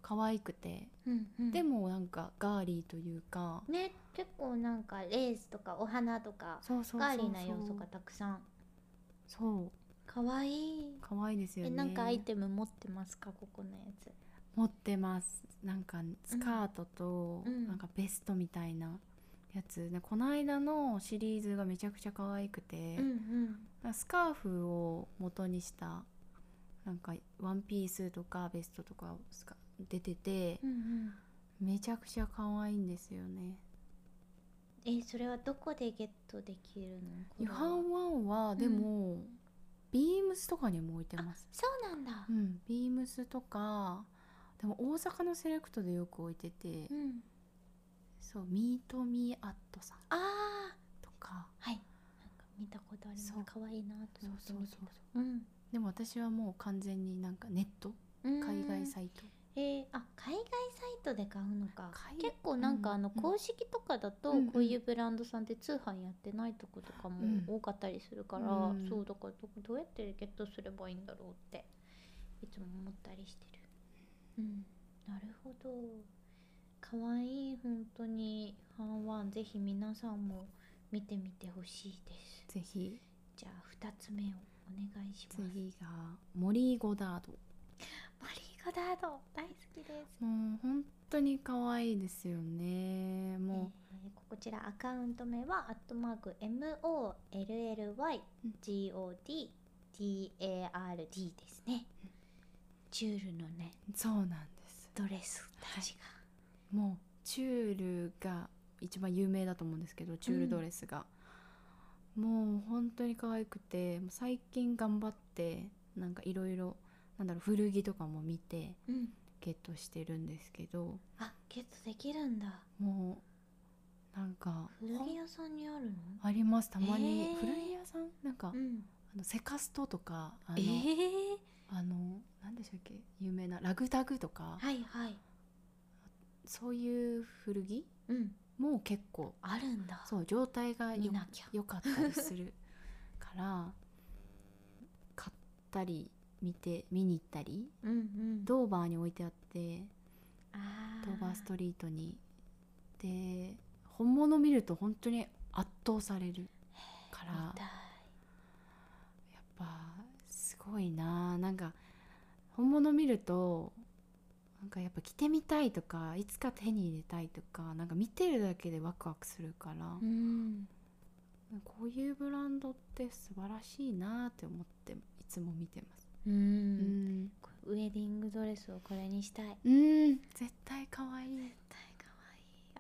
B: 可愛くて、
A: うんうん
B: でもなんかガーリーというか、
A: ね結構なんかレースとかお花とか
B: そうそうそう
A: ガー
B: そう
A: リーな要素がたくさん
B: そう
A: かわいい
B: 可愛いですよ
A: え
B: ね
A: なんかアイテム持ってますかここのやつ
B: 持ってますなんかスカートと
A: うん
B: なんかベストみたいなやつ、でこの間のシリーズがめちゃくちゃ可愛くて、
A: うんうん
B: スカーフを元にしたなんかワンピースとかベストとかスカ出てて
A: うんうん
B: めちゃくちゃ可愛いんですよね。
A: えそれはどこでゲットできるのこれ
B: ユ
A: は
B: ハンワンはでも、ビームスとかにも置いてます。
A: そうなんだ
B: うん、ビームスとかでも大阪のセレクトでよく置いてて、
A: うん
B: そうミートミーアットさん
A: ああ
B: とか、
A: はいなんか見たことあります
B: そう
A: かわいいなと
B: そう
A: 思って
B: そう
A: 見て
B: そう
A: たうん
B: でも私はもう完全になんかネット海外サイト、
A: えー、あ海外サイトで買うのか
B: 海
A: 結構なんかあの
B: うん
A: 公式とかだと
B: うんうん
A: こういうブランドさんって通販やってないとことかも
B: うん
A: 多かったりするから、
B: うん
A: そうだからどどうやってゲットすればいいんだろうっていつも思ったりしてるうんなるほどかわいい本当にハンワンぜひ皆さんも見てみてほしいです
B: ぜひ
A: じゃあ2つ目をお願いします
B: 次がモリー・ゴダード
A: マリー・ゴダード大好きです
B: もう本当に可愛いですよね
A: え
B: も
A: ーこちらアカウント名は「アットマーク MOLLYGODDARD」ですね。チュールのね
B: うそうなんです
A: ドレスたちが
B: もうチュールが一番有名だと思うんですけどチュールドレスが、もう本当に可愛くてもう最近頑張ってなんかいろいろなんだろう古着とかも見て
E: うん
B: ゲットしてるんですけど
E: あゲットできるんだ
B: もうなんか
E: 古着屋さんにあるの
B: ありますたま
E: へ
B: に
E: ー
B: 古着屋さんなんか、
E: うん
B: あのセカストとかあの、
E: えー、
B: あの何でしたっけ有名なラグタグとか
E: はいはい
B: そういう古着
E: うん
B: も結構
E: あるんだ
B: そう状態が
E: 見
B: よ
E: なきゃ
B: 良かったりするから買ったり見て見に行ったり
E: うんうん
B: ドーバーに置いてあって
E: あ
B: ドーバーストリートにで本物見ると本当に圧倒されるから
E: みたい
B: やっぱすごいなあなんか本物見るとなんかやっぱ着てみたいとかいつか手に入れたいとかなんか見てるだけでワクワクするから、
E: うん
B: こういうブランドって素晴らしいなって思っていつも見てます。
E: う
B: うんん、
E: ウェディングドレスをこれにしたい
B: うん、絶対可愛い。
A: 愛い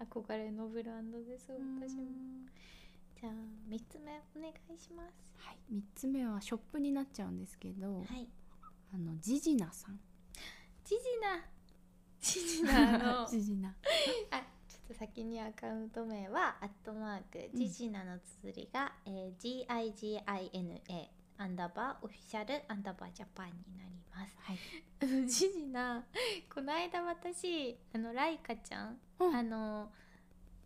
A: 憧れのブランドです私も
B: うん
A: じゃあ3つ目お願いします
B: はい、三つ目はショップになっちゃうんですけど、
E: はい
B: あのジジナさん。
A: ジジナ ジジナ の
B: ジジナ。
A: あちょっと先にアカウント名は「アットマーク
B: うん
A: ジジナ」の綴りが、えー GIGINA アンダーバーオフィシャルアンダーバージャパンになります。
B: はい。
A: あの ジジナこの間私あのライカちゃん、
B: うん
A: あの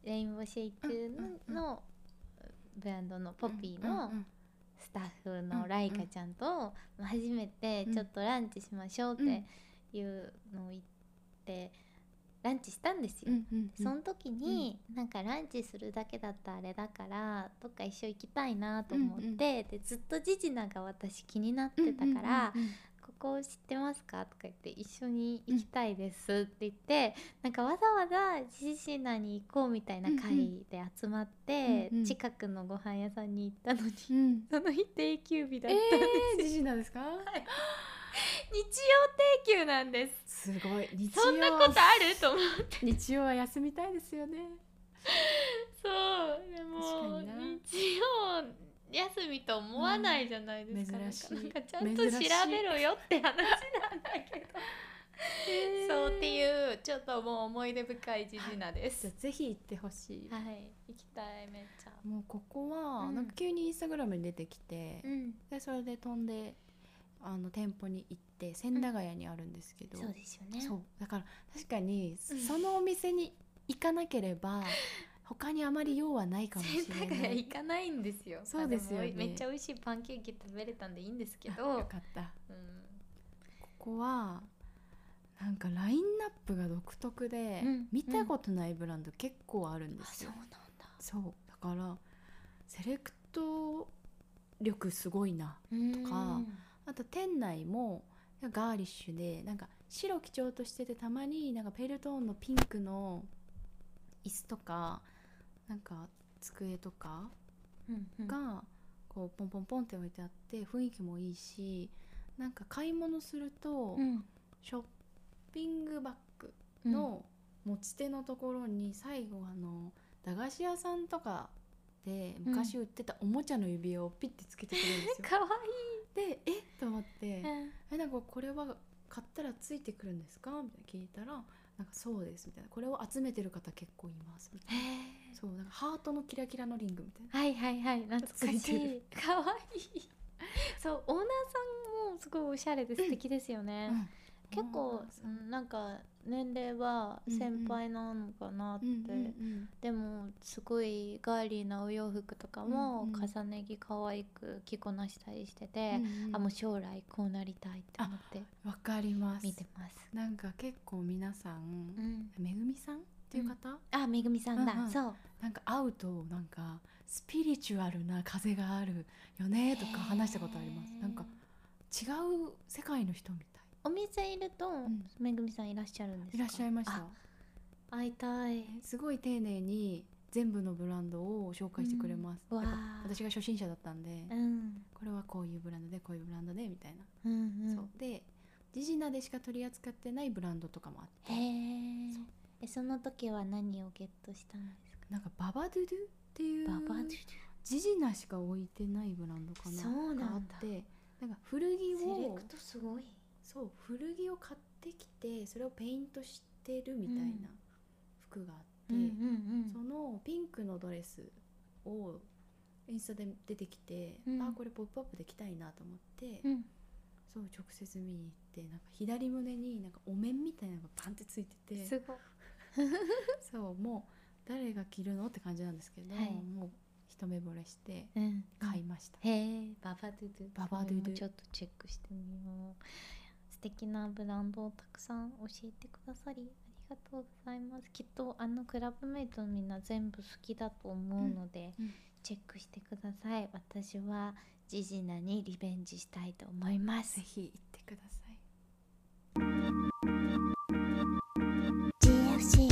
A: レインボーシェイクの,、ブランドのポピーの
B: うん
A: スタッフのライカちゃんと初めて
B: うん
A: ちょっとランチしましょうっていうのを言ってランチしたんですよ。
B: うんうん
A: その時に、なんかランチするだけだったらあれだからどっか一緒行きたいなと思って、
B: うんうん
A: でずっとジジナが私気になってたから「
B: うんうんうん
A: ここ知ってますか?」とか言って「一緒に行きたいです」って言って、なんかわざわざジジナに行こうみたいな会で集まって、
B: うんうん
A: 近くのご飯屋さんに行ったのに、
B: うんうん
A: その日定休日だっ
B: え
A: た、
B: ー、ジジナですか？
A: 日曜定休なんです
B: すごい。日曜
A: そんなことあると思って
B: 日曜は休みたいですよね。
A: そうでも
B: 確かにな
A: 日曜休みと思わないじゃないですか、
B: うん
A: なんか
B: 珍しい
A: なんかちゃんと調
B: 珍しい
A: べろよって話なんだけど、 そうって
B: う。
A: いうちょっともう思い出深いジジナで
B: じ
A: す
B: ゃあぜひ行ってほしい。
A: はい行きたいめっちゃ
B: もうここは、
A: うん
B: なんか急にインスタグラムに出てきて、
E: うん
B: でそれで飛んであの店舗に行って千駄ヶ谷にあるんですけど、
E: そうですよね
B: そうだから確かに
A: うん
B: そのお店に行かなければ他にあまり用はないかもし
A: 千駄
B: れ
A: ヶ
B: な
A: 谷
B: い。
A: 行かないんですよ
B: そうですよね
A: あもめっちゃ美味しいパンケーキ食べれたんでいいんですけ
B: あよ
A: ど、
B: かった
A: うん、
B: ここはなんかラインナップが独特で、
E: うん
B: 見たことないブランド結構あるんで
E: あそ
B: す
E: う
B: よ。
E: なんだ
B: そうだからセレクト力すごいな
E: と
B: かあと店内もガーリッシュでなんか白基調としててたまになんかペールトーンのピンクの椅子とかなんか机とか
E: うんうん
B: がこうポンポンポンって置いてあって雰囲気もいいしなんか買い物すると
E: うん
B: ショッピングバッグ の持ち手のところに最後あの駄菓子屋さんとかで昔売ってたおもちゃの指輪をピッてつけてくれる んですよ。
A: かわ
B: でえっと思って
A: いい
B: えなんかこれは買ったらついてくるんですかみたいな聞いたらなんかそうですみたいなこれを集めてる方結構いますみたいなそうなんかハートのキラキラのリングみたいな
A: はいはいはい懐か
B: つ
A: し
B: いて
A: いかわいいそうオーナーさんもすごいおしゃれで素敵ですよね、
B: うん
A: 結構
B: そううん
A: なんか年齢は先輩なのかなって、
B: うんうん
A: でもすごいガーリーなお洋服とか
B: う
A: も
B: んうん
A: 重ね着可愛く着こなしたりして
B: う
A: て、
B: ん
A: あもう将来こうなりたいって思って
B: わかります
A: 見てます、
B: なんか結構皆さん、
A: うん、
B: めぐみさんっていう方、
E: あめぐみさんだ
B: うんうん
E: そう
B: なんか会うとなんかスピリチュアルな風があるよねとか話したことありますなんか違う世界の人みたい
A: お店いると、
B: ん
A: めぐみさんいらっしゃるんですか
B: いらっしゃいました
A: あ会いたい
B: すごい丁寧に全部のブランドを紹介してくれます、
E: うんわあ
B: やっぱ私が初心者だったんで、
A: うん
B: これはこういうブランドでこういうブランドでみたいな、
E: うん
B: そうでジジナでしか取り扱ってないブランドとかもあっ
E: へ
B: て
E: え
F: でその時は何をゲットしたんですか
B: なんかババドゥドゥっていう
F: ババドゥ
B: ジジナしか置いてないブランドかな
A: そう
B: が
A: な
B: あ
A: ん
B: っ
A: だ
B: てなんか古着
A: セレ
B: を
A: クトすごい
B: そう古着を買ってきてそれをペイントしてるみたいな服があって、そのピンクのドレスをインスタで出てきて、
F: うん
B: あこれ「ポップアップで着たいなと思って、
F: うん
B: そう直接見に行ってなんか左胸になんかお面みたいなのがパンってついてて
A: すごい
B: そうもう誰が着るのって感じなんですけど、
F: はい
B: もう一目惚れして
A: うん
B: 買いました、
A: へえババドゥドゥ
B: ババドゥドゥ
A: これもちょっとチェックしてみよう素敵なブランドをたくさん教えてくださりありがとうございますきっとあのクラブメイトのみんな全部好きだと思うので、
B: うんうん
A: チェックしてください私はジジナにリベンジしたいと思います
B: ぜひ行ってください
F: GFC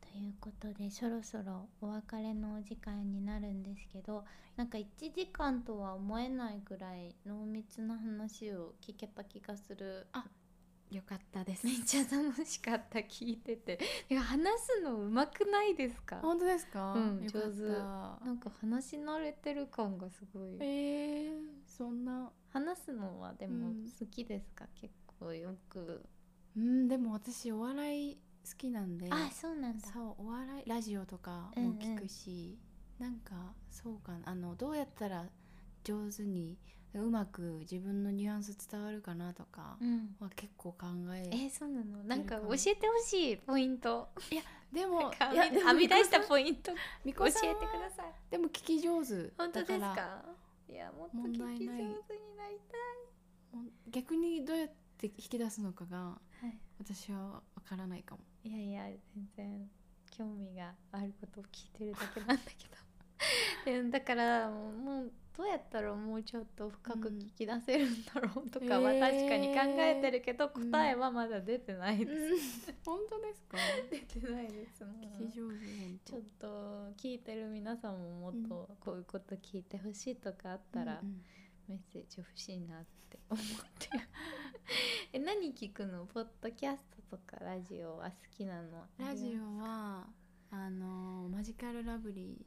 A: ということでそろそろお別れのお時間になるんですけどなんか1時間とは思えないぐらい濃密な話を聞けた気がする
B: よかったです
A: めっちゃ楽しかった聞いてて いや話すのうまくないですか
B: 本当ですか、
A: うん
B: よかった
A: 上なんか話し慣れてる感がすごい
B: えー、そんな
A: 話すのはでも
B: うん
A: 好きですか、結構よく
B: うんでも私お笑い好きなんで
F: あそうなんだ
B: そうお笑いラジオとかも聞くし、なんかそうかなあのどうやったら上手にうまく自分のニュアンス伝わるかなとか
A: うん
B: は結構考
A: え
B: え
A: ーそうなのなんか
B: 出
A: 教
B: るかも
A: えてほしいポイント
B: で
A: な
B: も
A: んか
B: いやでも
A: 編み出したポイント教
B: み
A: え
B: こ
A: て
B: さんは
A: ください
B: でも聞き上手
A: 本当ですか
B: だ
A: らいやもっと聞き上
B: 問
A: 手にな
B: 題ない
A: りた
B: もう逆にどうやって引き出すのかが
A: い、は
B: 私は分からないかも
A: い、いやいや全然興味があることを聞いてるだけなんだけど でだからもうもうどうやったらもうちょっと深く
B: うん
A: 聞き出せるんだろうとかは
B: え
A: 確
B: ー
A: かに考えてるけど、
B: うん
A: 答えはまだ出てないです、
B: 本当ですか
A: 出てないですもん
B: 聞き上手本 当
A: ちょっと聞いてる皆さんももっとこういうこと聞いてほしいとかあったら、
B: うんうん
A: メッセージ欲しいなって思って え何聞くのポッドキャストとかラジオは好きなの
B: ラジ
A: オ
B: オはあのマジカルラブリ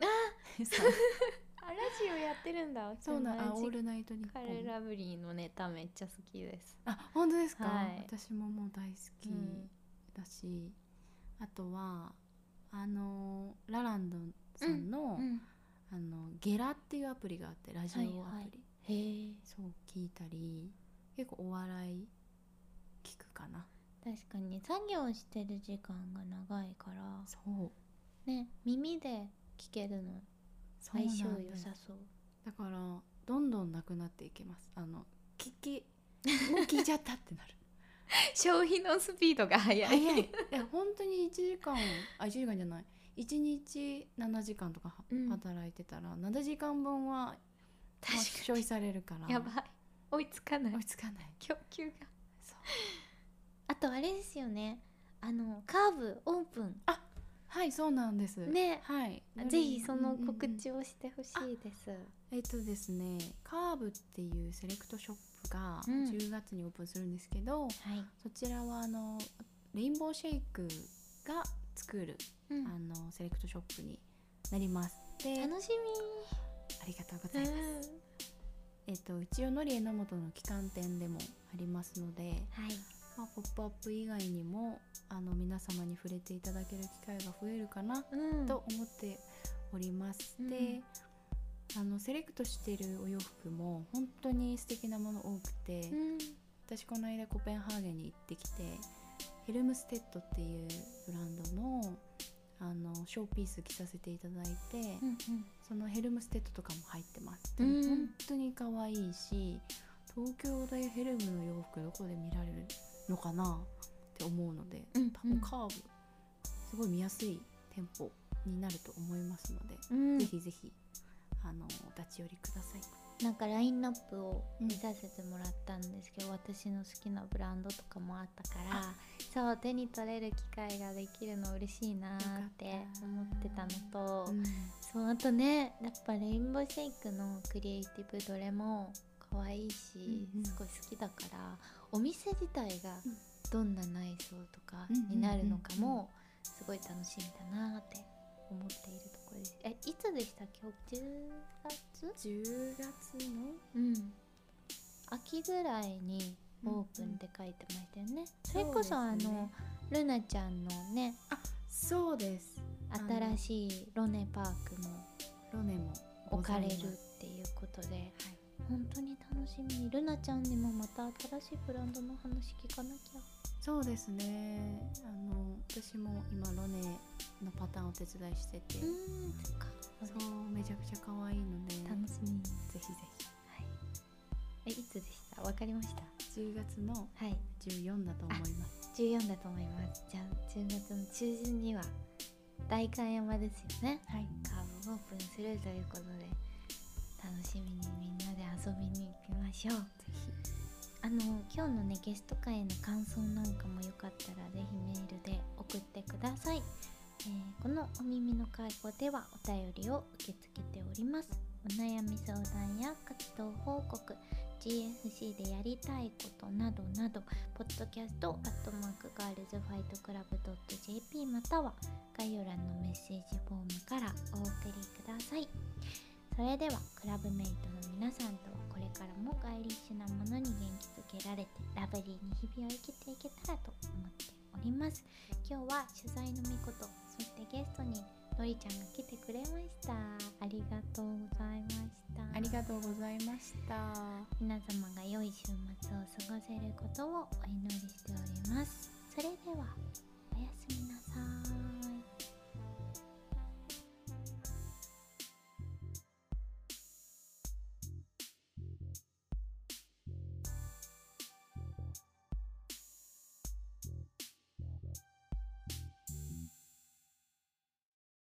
B: ー
A: あラジオやってるんだ
B: そうな
A: 私
B: あ
A: も
B: オールナイトニッ
A: ラジ
B: ポ
A: カ
B: ン
A: ルラブリーのネタめっちゃ好きです
B: あ本当ですか、
A: はい
B: 私ももう大好き
A: うん
B: だし、あとはあのラランドさんの,、
F: ん
B: あのゲラっていうアプリがあってラジオアプ
F: は
B: リ、
F: いはい
A: へえ
B: そう聞いたり結構お笑い聞くかな
F: 確かに作業してる時間が長いから
B: そう
F: ね耳で聞けるの
B: そう
F: 相性
B: な
F: 良
B: んです
F: さそう
B: だからどんどんなくなっていきますあの聞きもう聞いちゃったってなる
A: 消費のスピードが速い
B: 早いいや本当に1時間あ1時間じゃない1日7時間とかは
F: うん
B: 働いてたら、7時間分はまあ
A: 確か
B: 消費されるから
A: にやばい追いつかない
B: 追いつかない
A: 供給が
B: そう
F: あとあれですよねあのカーブオープン
B: はいそうなんです
F: ね
B: はい
F: ぜひその
B: う
F: 告
B: んうんうん
F: 知をしてほしいです、
B: えっとですねカーブっていうセレクトショップが
F: うん
B: 10月にオープンするんですけど、
F: はい、
B: そちらはあのレインボーシェイクが作る
F: うん
B: あのセレクトショップになりますで
F: 楽し
B: ありがとうござ
F: み
B: います、えっと一応のりえのもとの旗艦店でもありますので、
F: はい
B: まあ、ポップアップ以外にもあの皆様に触れていただける機会が増えるかな
A: うん
B: と思っております、
F: うん
B: であのセレクトしてるお洋服も本当に素敵なもの多くて、
F: うん
B: 私この間コペンハーゲンに行ってきてヘルムステッドっていうブランドのあのショーピース着させていただいて、
F: うん
B: そのヘルムステッドとかも入ってますで
F: う
B: も
F: ん
B: 本当に可愛いし東京でヘルムの洋服どこで見られるのかなって思うので
F: うん
B: 多分カーブすごい見やすい店舗になると思いますので、
F: うん
B: ぜひぜひあのお立ち寄りください
F: なんかラインナップを見させてもらったんですけど、私の好きなブランドとかもあったからそう手に取れる機会ができるの嬉しいなーって
B: よかった
F: 思ってたのと、
B: うん
F: そうあとねやっぱレインボーシェイクのクリエイティブどれも
A: 可愛いし、
B: うんうん
A: すごい好きだからお店自体が
B: うん
A: どんな内装とか
B: うんうんうんうん
A: になるのかもすごい楽しみだなって思っているところです。えいつでしたっけ10月、
B: 10月の
A: うん、秋ぐらいにオープンって書いてましたよね。それこそ
B: そう
A: あ
B: ですね
A: のルナちゃんのね
B: そうですあの
A: 新しいロネパークも
B: ロネもご
A: 置
B: ざ
A: か
B: い
A: れ
B: ま
A: る
B: す
A: っていうことで、本当に楽しみにルナちゃんにもまた新しいブランドの話聞かなきゃ
B: そうですねあの私も今ロネのパターンをお手伝いしてて、
A: んそっか
B: そうめちゃくちゃ可愛いので
A: 楽しみに
B: ぜひぜ
A: えいつでしたわかりました
B: ひ10月の
A: はい
B: 14だと思います
A: 14だと思いますじゃあ10月の中旬には代官山ですよね
B: はい
A: カーブオープンするということで楽しみにみんなで遊びに行きましょう
B: ぜひ
A: あの今日のねゲスト会への感想なんかもよかったらぜひメールで送ってください、えーこの「お耳の介護」ではお便りを受け付けておりますお悩み相談や活動報告 GFC でやりたいことなどなど podcast アットマークガールズファイトクラブ .jp または概要欄のメッセージフォームからお送りくださいそれではクラブメイトの皆さんとはこれからもガイリッシュなものに元気づけられてラブリーに日々を生きていけたらと思っております今日は取材のみことそしてゲストにのりちゃんが来てくれましたありがとうございました
B: ありがとうございました
A: 皆様が良い週末を過ごせることをお祈りしておりますそれではおやすみなさーい